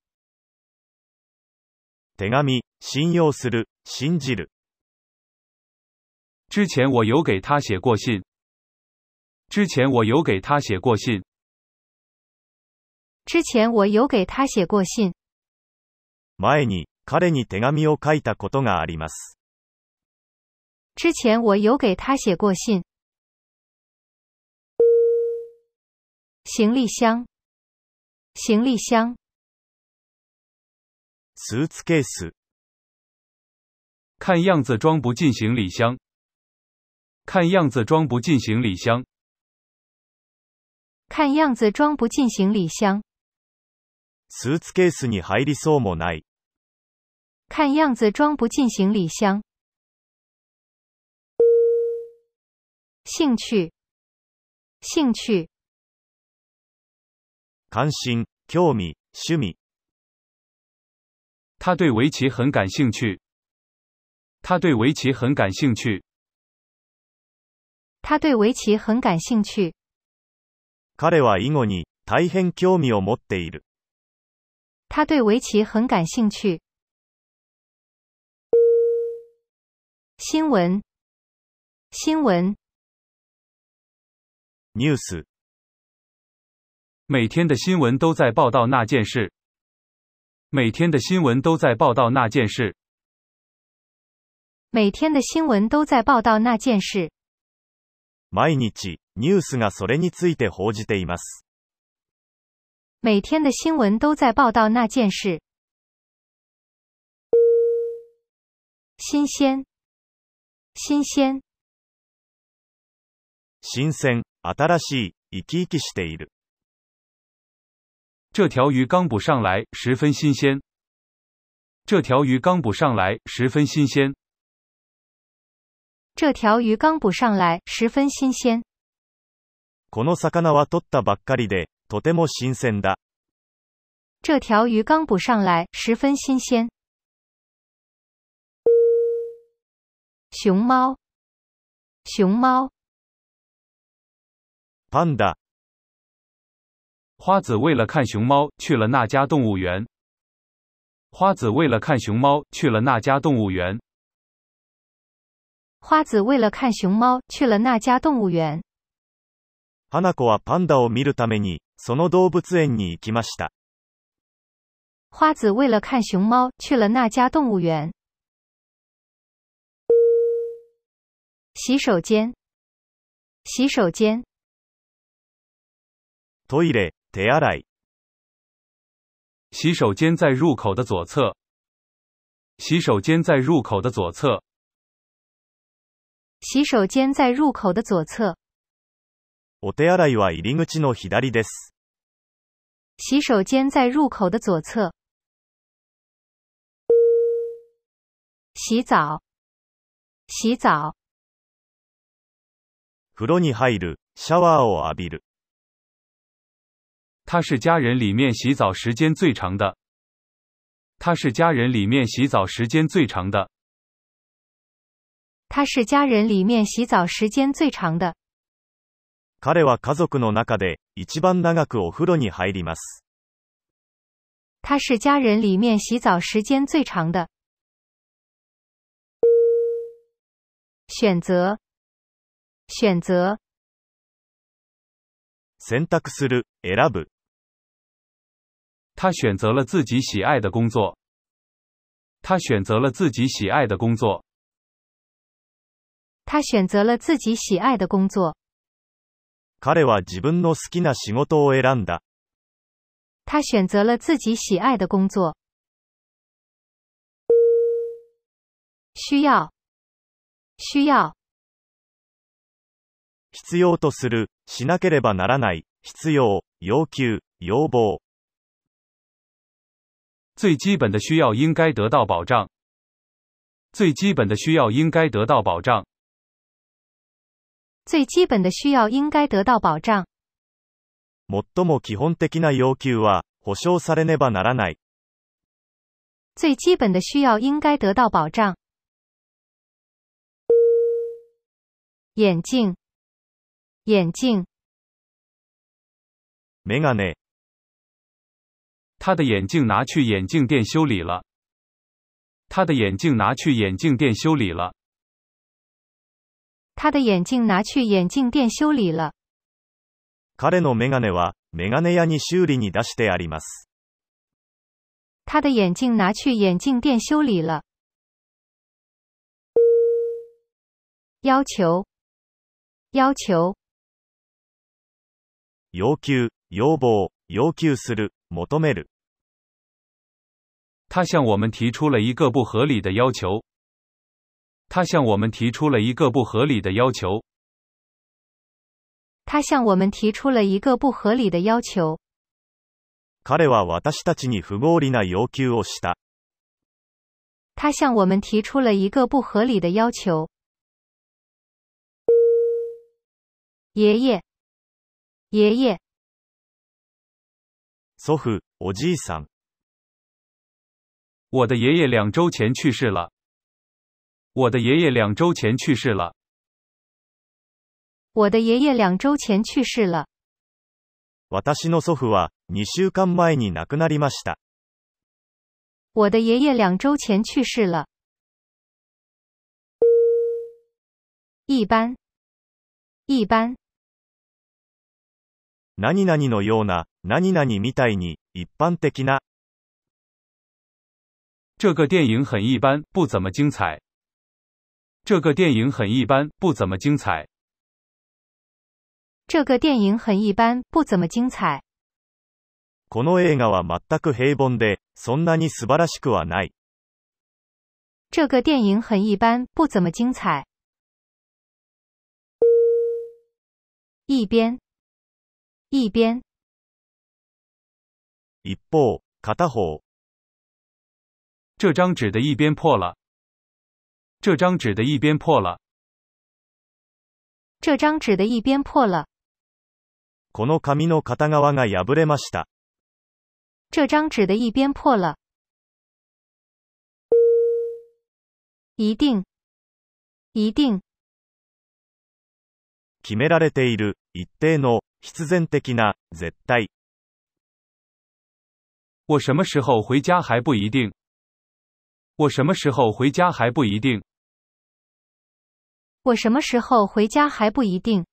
B: 手紙、信用する、信じる。
C: 之前我有给他写过信。之前我有给他写过信。
A: 之前我有给他写过信。
B: 前に彼に手紙を書いたことがあります。
A: 之前我有给他写过信。行李箱，行李箱，
B: スーツケース、
C: 看样子装不进行李箱。看样子装不进行李箱。
A: 看样子装不进行李箱，
B: スーツケースに入りそうもない。
A: 看样子装不进行李箱。兴趣，兴趣，
B: 関心、興味、趣味、
C: 他对围棋很感兴趣。他对围棋很感兴趣。
A: 他对围棋很感兴趣。
B: 彼は囲碁に大変興味を持っている。
A: 他对围棋很感兴趣。新闻，新闻，
B: ニュース、
C: 每天的新闻都在报道那件事。每天的新闻都在报道那件事。
A: 每天的新闻都在报道那件事。
B: 毎日、ニュースがそれについて報じています。
A: 每天的新闻都在报道那件事。新鲜，新鲜，
B: 新鮮、新しい、生き生きしている。
C: 这条鱼刚捕上来，十分新鲜。这条鱼刚捕上来，十分新鲜。
A: 这条鱼刚捕上来，十分新鲜。
B: この魚は取ったばっかりで、とても新鮮だ。
A: 这条鱼刚捕上来，十分新鲜。熊猫，熊猫，
B: パンダ、
C: 花子为了看熊猫，去了那家动物园。花子为了看熊猫，去了那家动物园。
A: 花子为了看熊猫去了那家动物园。
B: 花子はパンダを見るために、その動物園に行きました。
A: 花子为了看熊猫去了那家动物园。洗手间，洗手间，
B: トイレ、手洗い、
C: 洗手间在入口的左侧。洗手间在入口的左侧。
A: 洗手间在入口的左侧。
B: お手洗いは入り口の左です。
A: 洗手间在入口的左侧。洗澡，洗澡，
B: 風呂に入る、シャワーを浴びる。
C: 他是家人里面洗澡时间最长的。他是家人里面洗澡时间最长的。
A: 他是家人里面洗澡时间最长的。
B: 彼は家族の中で、一番長くお風呂に入ります。
A: 他是家人里面洗澡时间最长的。选择，选择，
B: 選択する、選ぶ。
C: 他选择了自己喜爱的工作。他选择了自己喜爱的工作。
A: 他选择了自己喜爱的工作。
B: 彼は自分の好きな仕事を選んだ。
A: 他选择了自己喜爱的工作。需要，需要，
B: 必要とする、しなければならない、必要、要求、要望。
C: 最基本的需要应该得到保障。最基本的需要应该得到保障。
A: 最基本的需要应该得到保障。
B: 最も基本的な要求は、保障されねばならない。
A: 最基本的需要应该得到保障。眼镜，眼镜，
B: メガネ、
C: 他的眼镜拿去眼镜店修理了。他的眼镜拿去眼镜店修理了。
A: 他的眼镜拿去眼镜店修理了。
B: 彼のメガネは、メガネ屋に修理に出してあります。
A: 他的眼镜拿去眼镜店修理了。要求，要求，
B: 要求、要望、要求する、求める。
C: 他向我们提出了一个不合理的要求。他向我们提出了一个不合理的要求。
A: 他向我们提出了一个不合理的要求。
B: 彼は私たちに不合理な要求をした。
A: 他向我们提出了一个不合理的要求。爷爷，爷爷，
B: 祖父、おじいさん。
C: 我的爷爷两周前去世了。我的爷爷两周前去世了。
A: 我的爷爷两周前去世了。
B: 私の祖父は2週間前に亡くなりました。
A: 我的爷爷两周前去世了。一般，一般，
B: 何々のような、何々みたいに、一般的な、
C: 这个电影很一般，不怎么精彩。这个电影很一般，不怎么精彩。
A: 这个电影很一般，不怎么精彩。
B: この映画は全く平凡で、そんなに素晴らしくはない。
A: 这个电影很一般，不怎么精彩。一边，一边，
B: 一方、片方、
C: 这张纸的一边破了。这张纸的一边破了。
A: 这张纸的一边破了，
B: この紙の片側が破れました。
A: 这张纸的一边破了。一定，一定，
B: 決められている、一定の、必然的な、絶対。
C: 我什么时候回家还不一定。我什么时候回家还不一定。
A: 我什么时候回家还不一定。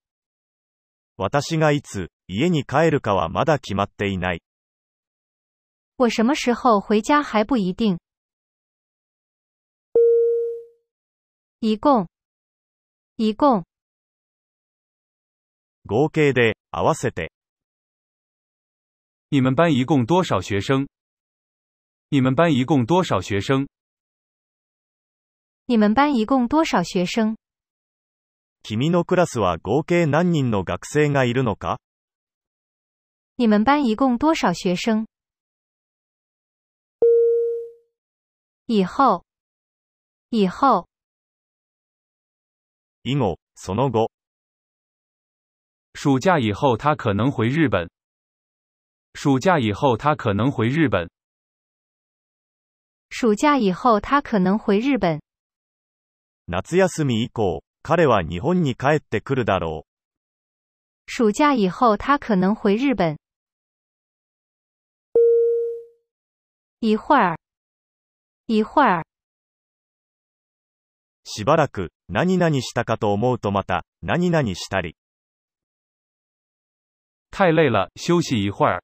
B: 私がいつ、家に帰るかはまだ決まっていない。
A: 我什么时候回家还不一定。一共，一共，
B: 合計で、合わせて、
C: 你们班一共多少学生？你们班一共多少学生？
A: 你们班一共多少学生？
B: 君のクラスは合計何人の学生がいるのか
A: 你们班一共多少学生？以后，以后，
B: 以後、その後、
C: 暑假以后他可能回日本。暑假以后他可能回日本。
A: 暑假以后他可能回日本。
B: 夏休み以降、彼は日本に帰ってくるだろ
A: 暑假以后他可能回日本。一会儿，一会儿，
B: う。しばらく、何々したかと思うとまた、何々したり。
C: 太累了，休息一会儿。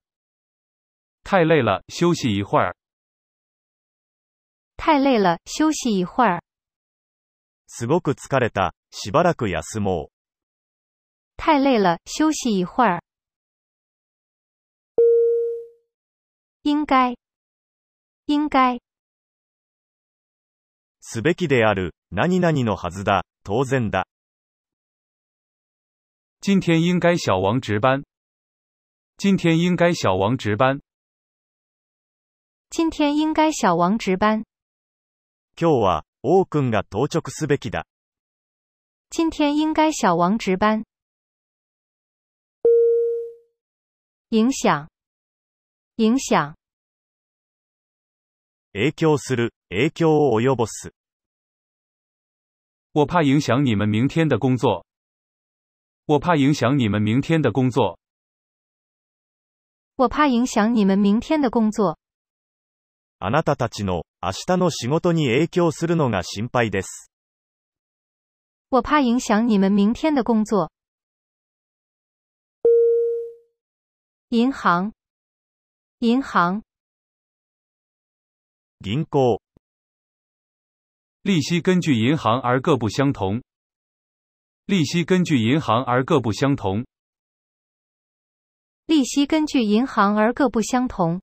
C: 太累了，休息一会儿。
A: 太累了，休息一会儿。
B: すごく疲れた、しばらく休も
A: 太累了，休息一会儿。应该，应该，
B: う。すべきである、何々のはずだ、当然だ。
C: 今天应该小王值班。今天应该小王值班。
A: 今天应该小王值班。
B: 今日は、王君が当直すべきだ。
A: 今天应该小王值班。影响，影响，
B: 影響する、影響を及ぼす。
C: 我怕影响你们明天的工作。我怕影响你们明天的工作。
A: 我怕影响你们明天的工作。
B: あなたたちの、明日の仕事に影響するのが心配です。
A: 我怕影响你们明天的工作。银行，银行，
B: 銀行、
C: 利息根据银行而各不相同。利息根据银行而各不相同。
A: 利息根据银行而各不相同，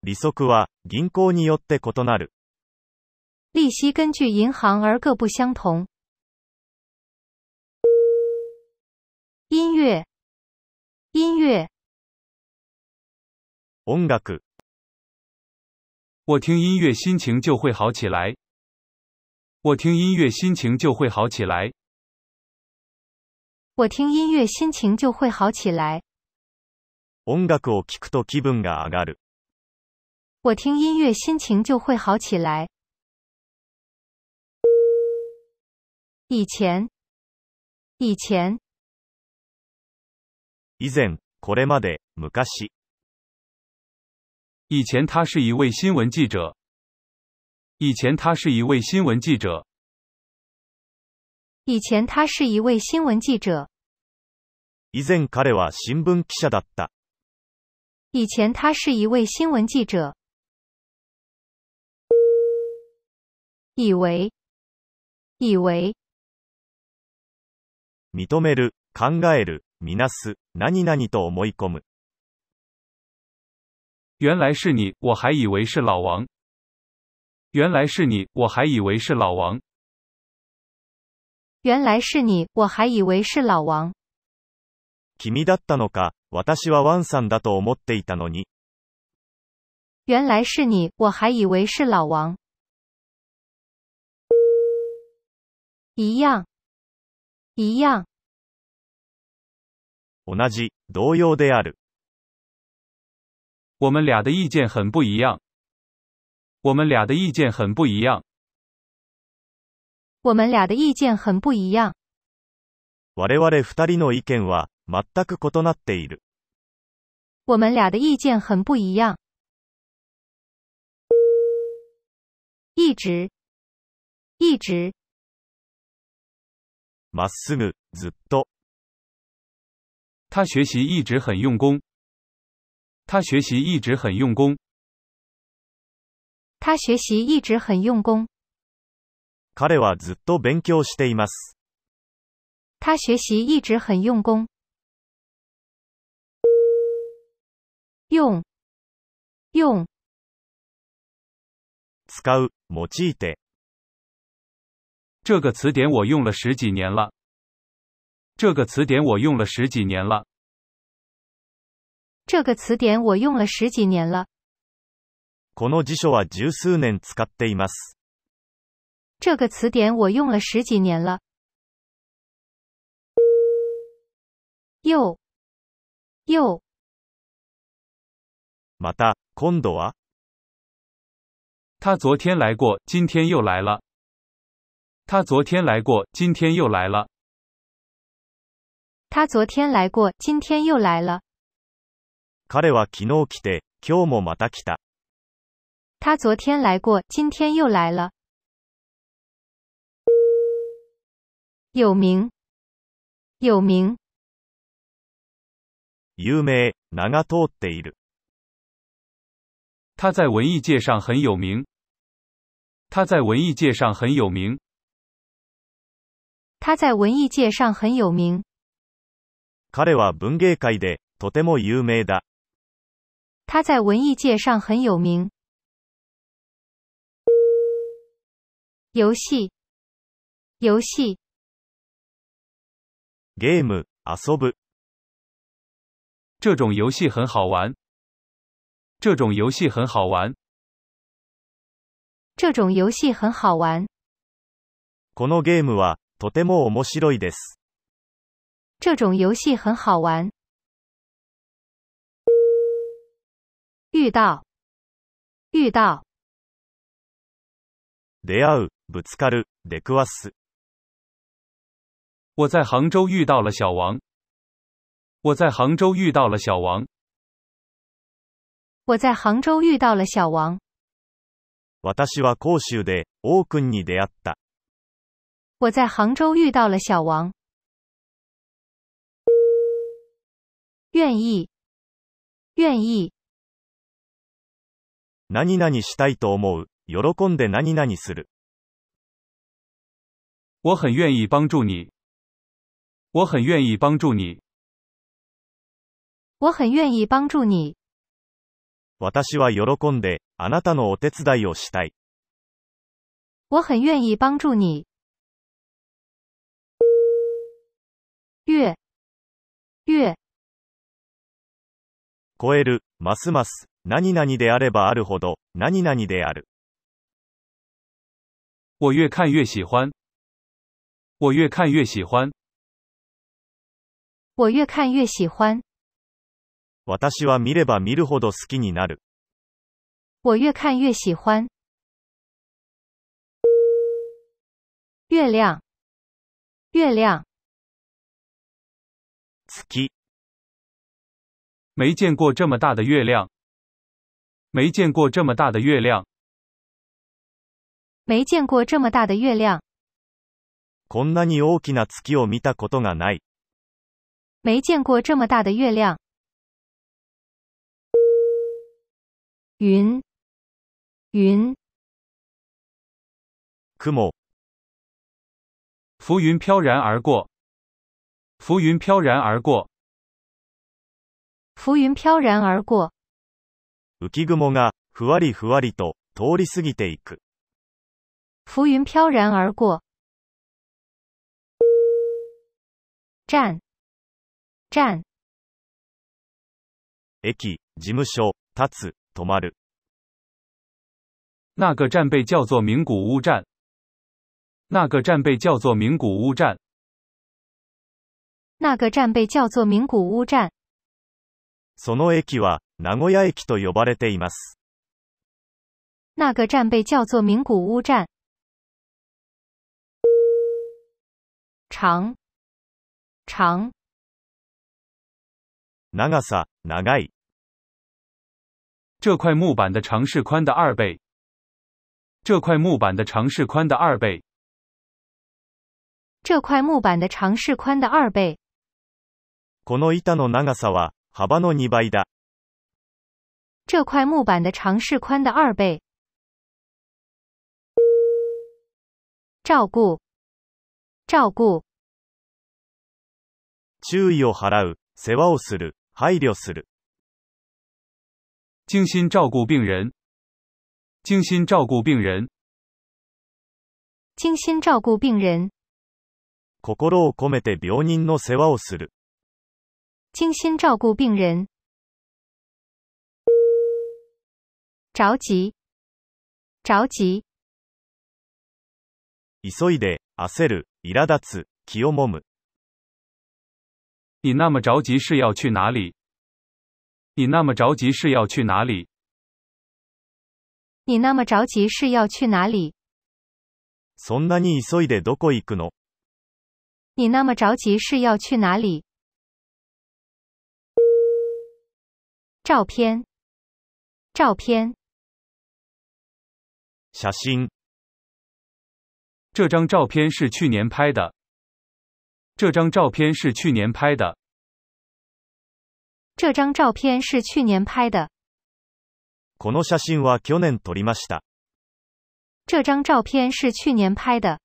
B: 利息は銀行によって異なる。
A: 利息根据银行而各不相同。音乐，音乐，
B: 音楽、
C: 我听音乐心情就会好起来。我听音乐心情就会好起来。
A: 我听音乐心情就会好起来。
B: 音楽を聴くと気分が上がる。
A: 我听音乐心情就会好起来。以前，以前，
B: 以前、これまで、昔。
C: 以前他是一位新闻记者。以前他是一位新闻记者。
A: 以前他是一位新闻记者，
B: 以前彼は新聞記者だった。
A: 以前他是一位新闻记者。以为，以为，
B: 認める、考える、みなす、何々と思い込む。
C: 原来是你，我还以为是老王。原来是你，我还以为是老王。
A: 原来是你，我还以为是老王。
B: 君だったのか、私はワンさんだと思っていたのに。
A: 原来是你，我还以为是老王。一样，一样，
B: 同じ、同様である。
C: 我们俩的意见很不一样。我们俩的意见很不一样。
A: 我们俩的意见很不一样。
B: 我々二人の意見は、全く異なっている。
A: 我们俩的意见很不一样。一直，一直，
B: まっすぐ、ずっと、
C: 他学习一直很用功。他学习一直很用功。
A: 他学习一直很用功。
B: 彼はずっと勉強しています。
A: 他学习一直很用功。用，用，
B: 使う、用いて、
C: 这个词典我用了十几年了。这个词典我用了十几年了。
A: 这个词典我用了十几年了。
B: この辞書は十数年使っています。
A: 这个词典我用了十几年了。又，又，
B: また、今度は、
C: 他昨天来过，今天又来了。他昨天来过，今天又来了。
A: 他昨天来过，今天又来了。
B: 彼は昨日来て、今日もまた来た。
A: 他昨天来过，今天又来了。有名，有名，
B: 有名、名が通っている。
C: 他在文艺界上很有名。他在文艺界上很有名。
A: 他在文艺界上很有名。
B: 彼は文芸界で、とても有名だ。
A: 他在文艺界上很有名。游戏，游戏，
B: ゲーム、遊ぶ、
C: 这种游戏很好玩。这种游戏很好玩。
A: 这种游戏很好玩。
B: このゲームは、とても面白いです。
A: 这种游戏很好玩。遇到，遇到，
B: 出会う、ぶつかる、出くわす。
C: 我在杭州遇到了小王。我在杭州遇到了小王。
A: 我在杭州遇到了小王。
B: 私は甲州で、王君に出会った。
A: 我在杭州遇到了小王。愿意，愿意，
B: 何々したいと思う。喜んで何々する。
C: 我很愿意帮助你。我很愿意帮助你。
A: 我很愿意帮助你。
B: 私は喜んで、あなたのお手伝いをしたい。
A: 我很愿意帮助你。越，越，
B: 超える、ますます、何々であればあるほど、何々である。
C: 我越看越喜欢。我越看越喜欢。
A: 我越看越喜欢。
B: 私は見れば見るほど好きになる。
A: 我越看越喜欢。月亮，月亮，
B: 月、
C: 没见过这么大的月亮。没见过这么大的月亮。
A: 没见过这么大的月亮，
B: こんなに大きな月を見たことがない。
A: 没见过这么大的月亮。云，云，
B: 雲、
C: 浮云飘然而过。浮云飘然而过。
A: 浮云飘然而过，
B: 浮雲が、ふわりふわりと、通り過ぎていく。
A: 浮云飘然而过。站，站，
B: 駅、事務所、立つ、止まる。
C: 那个站被叫做名古屋站。那个站被叫做名古屋站。
A: 那个站被叫做名古屋站，
B: その駅は、名古屋駅と呼ばれています。
A: 那个站被叫做名古屋站。长，长，
B: 長さ、長い。
C: 这块木板的长是宽的二倍。这块木板的长是宽的二倍。
A: 这块木板的长是宽的二倍。
B: この板の長さは、幅の2倍だ。
A: 这块木板的长是宽的二倍。照顾，照顾，
B: 注意を払う、世話をする、配慮する。
C: 精心照顾病人。精心照顾病人。
A: 精心照顾病人，
B: 心を込めて病人の世話をする。
A: 精心照顾病人。着急，着急，
B: 急いで、焦る、苛立つ、気をもむ。
C: 你那么着急是要去哪里？你那么着急是要去哪里？
A: 你那么着急是要去哪里？
B: そんなに急いでどこ行くの
A: 你那么着急是要去哪里？照片，照片，
B: 写真、
C: 这张照片是去年拍的。这张照片是去年拍的。
A: 这张照片是去年拍的。
B: この写真は去年撮りました。
A: 这张照片是去年拍的。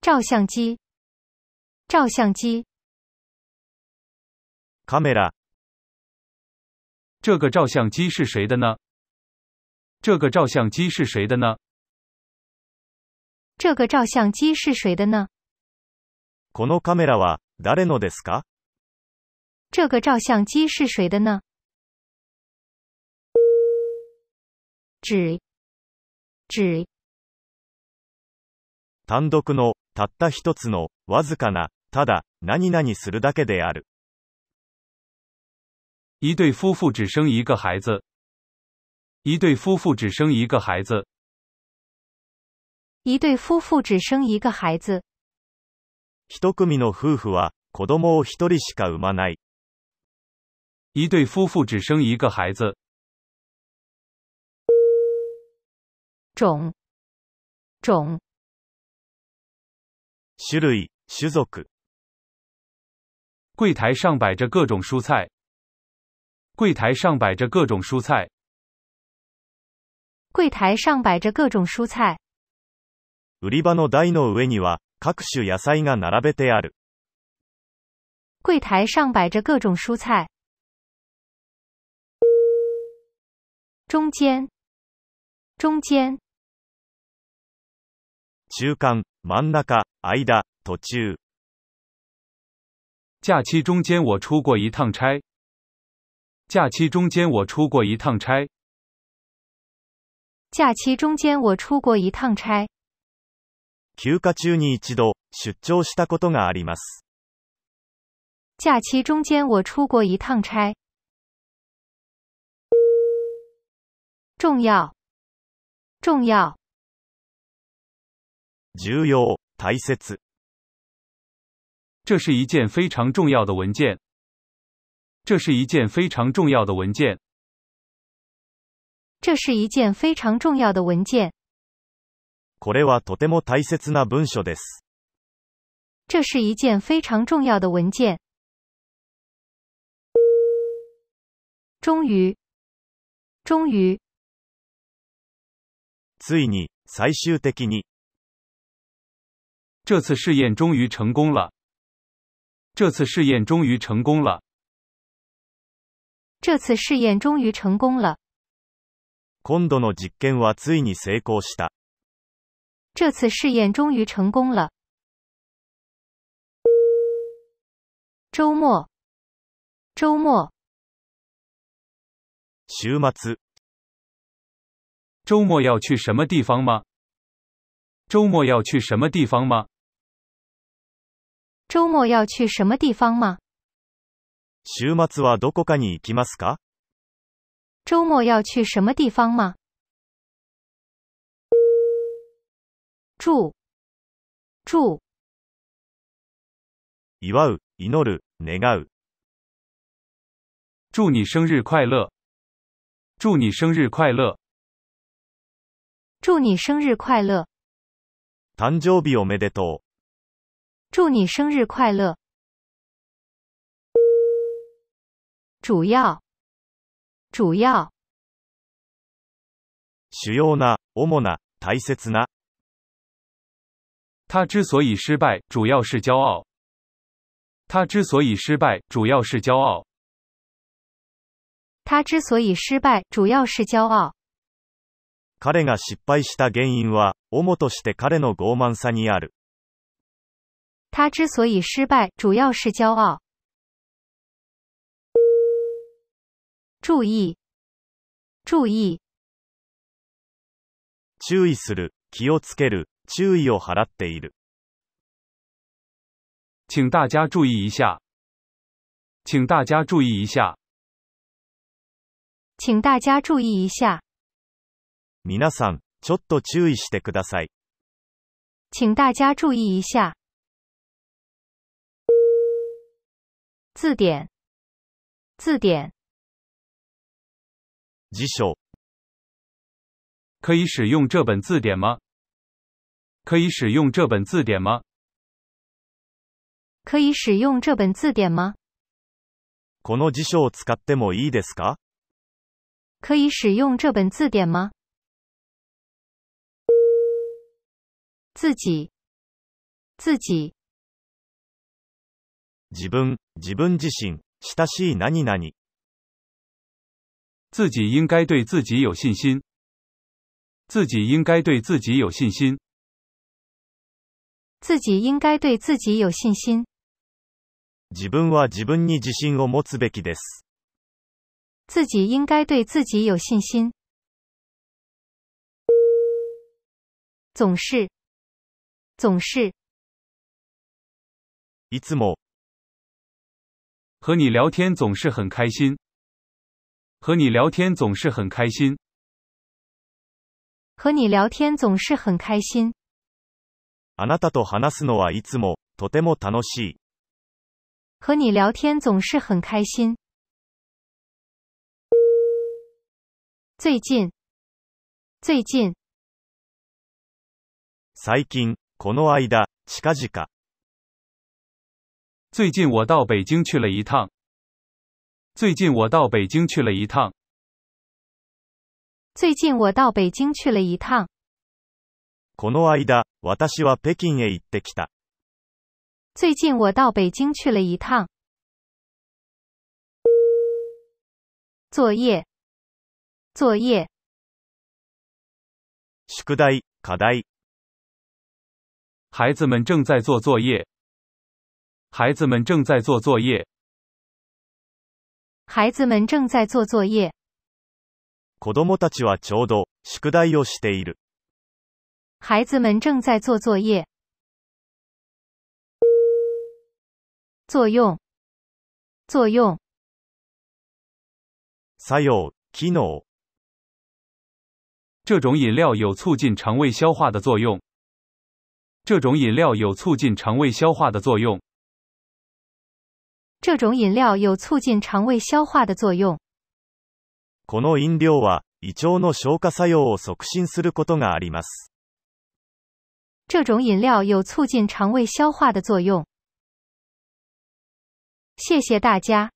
A: 照相机，照相机，
B: カメラ、
C: 这个照相机是谁的呢？这个照相机是谁的呢？
A: 这个照相机是谁的呢？
B: このカメラは、誰のですか
A: 这个照相机是谁的呢？纸，纸，
B: 単独の、たった一つの、わずかな、ただ、何々するだけである。
C: 一对夫妇只生一个孩子。一对夫妇只生一个孩子。
A: 一对夫妇只生一个孩子，
B: 一組の夫婦は、子供を一人しか産まない。
C: 一对夫妇只生一个孩子。
A: 种，种，
B: 種類、種族。
C: 柜台上摆着各种蔬菜。柜台上摆着各种蔬菜。
A: 柜台上摆着各种蔬菜。
B: 売り場の台の上には、各種野菜が並べてある。
A: 柜台上摆着各种蔬菜。中间，中间，
B: 中間、真ん中、間、途中。
C: 假期中间我出过一趟差。假期中间我出过一趟差。
A: 假期中间我出过一趟差。
B: 休暇中に一度、出張したことがあります。
A: 假期中间我出过一趟差。重要，重要，
B: 重要、大切。
C: 这是一件非常重要的文件。这是一件非常重要的文件。
A: 这是一件非常重要的文件。
B: これはとても大切な文書です。
A: 这是一件非常重要的文件。终于，终于，
B: ついに、最終的に、
C: 这次试验终于成功了。这次试验终于成功了。
A: 这次试验终于成功了。
B: 今度の実験はついに成功した。
A: 这次试验终于成功了。周末，周末，
B: 週末、
C: 周末要去什么地方吗？周末要去什么地方吗？
A: 周末要去什么地方吗？
B: 週末はどこかに行きますか
A: 周末要去什么地方吗？住，住，
B: 祝う、祈る、願う。
C: 祝你生日快乐！祝你生日快乐！
A: 祝你生日快乐，
B: 誕生日おめでと
A: 祝你生日快乐。主要，主要，
B: う。主要な、主な、大切な。
C: 他之所以失败，主要是骄傲。他之所以失败，主要是骄傲。
A: 他之所以失败，主要是骄傲。
B: 彼が失敗した原因は、主として彼の傲慢さにある。
A: 他之所以失败，主要是骄傲。注意，注意，
B: 注意する、気をつける、注意を払っている。
C: 请大家注意一下，请大家注意一下，
A: 请大家注意一下，
B: 皆さん、ちょっと注意してください。
A: 请大家注意一下。字典，字典，
B: 辞書、
C: 可以使用这本字典吗？可以使用这本字典吗？
A: 可以使用这本字典吗？
B: この辞書を使ってもいいですか
A: 可以使用这本字典吗？自己，自己，
B: 自分、自分自身、親しい何々。
C: 自己应该对自己有信心。自己应该对自己有信心。
A: 自己应该对自己有信心。
B: 自分は自分に自信を持つべきです。
A: 自己应该对自己有信心。总是，总是
B: いつも、
C: 和你聊天总是很开心。和你聊天总是很开心。
A: 和你聊天总是很开心。
B: あなたと話すのはいつも、とても楽しい。
A: 和你聊天总是很开心。最近，最近，
B: 最近、この間、近々。
C: 最近我到北京去了一趟。最近我到北京去了一趟。
A: 最近我到北京去了一趟。
B: この間、私は北京へ行ってきた。
A: 最近我到北京去了一趟。作业，作业，
B: 宿題、課題、
C: 孩子们正在做作业。孩子们正在做作业。
A: 孩子们正在做作业。
B: 子供たちはちょうど、宿題をしている。
A: 孩子们正在做作业。作用，作用，
B: 作用、機能、
C: 这种饮料有促进肠胃消化的作用。这种饮料有促进肠胃消化的作用。
A: 这种饮料有促进肠胃消化的作用。
B: この飲料は、胃腸の消化作用を促進することがあります。
A: 这种饮料有促进肠胃消化的作用。谢谢大家。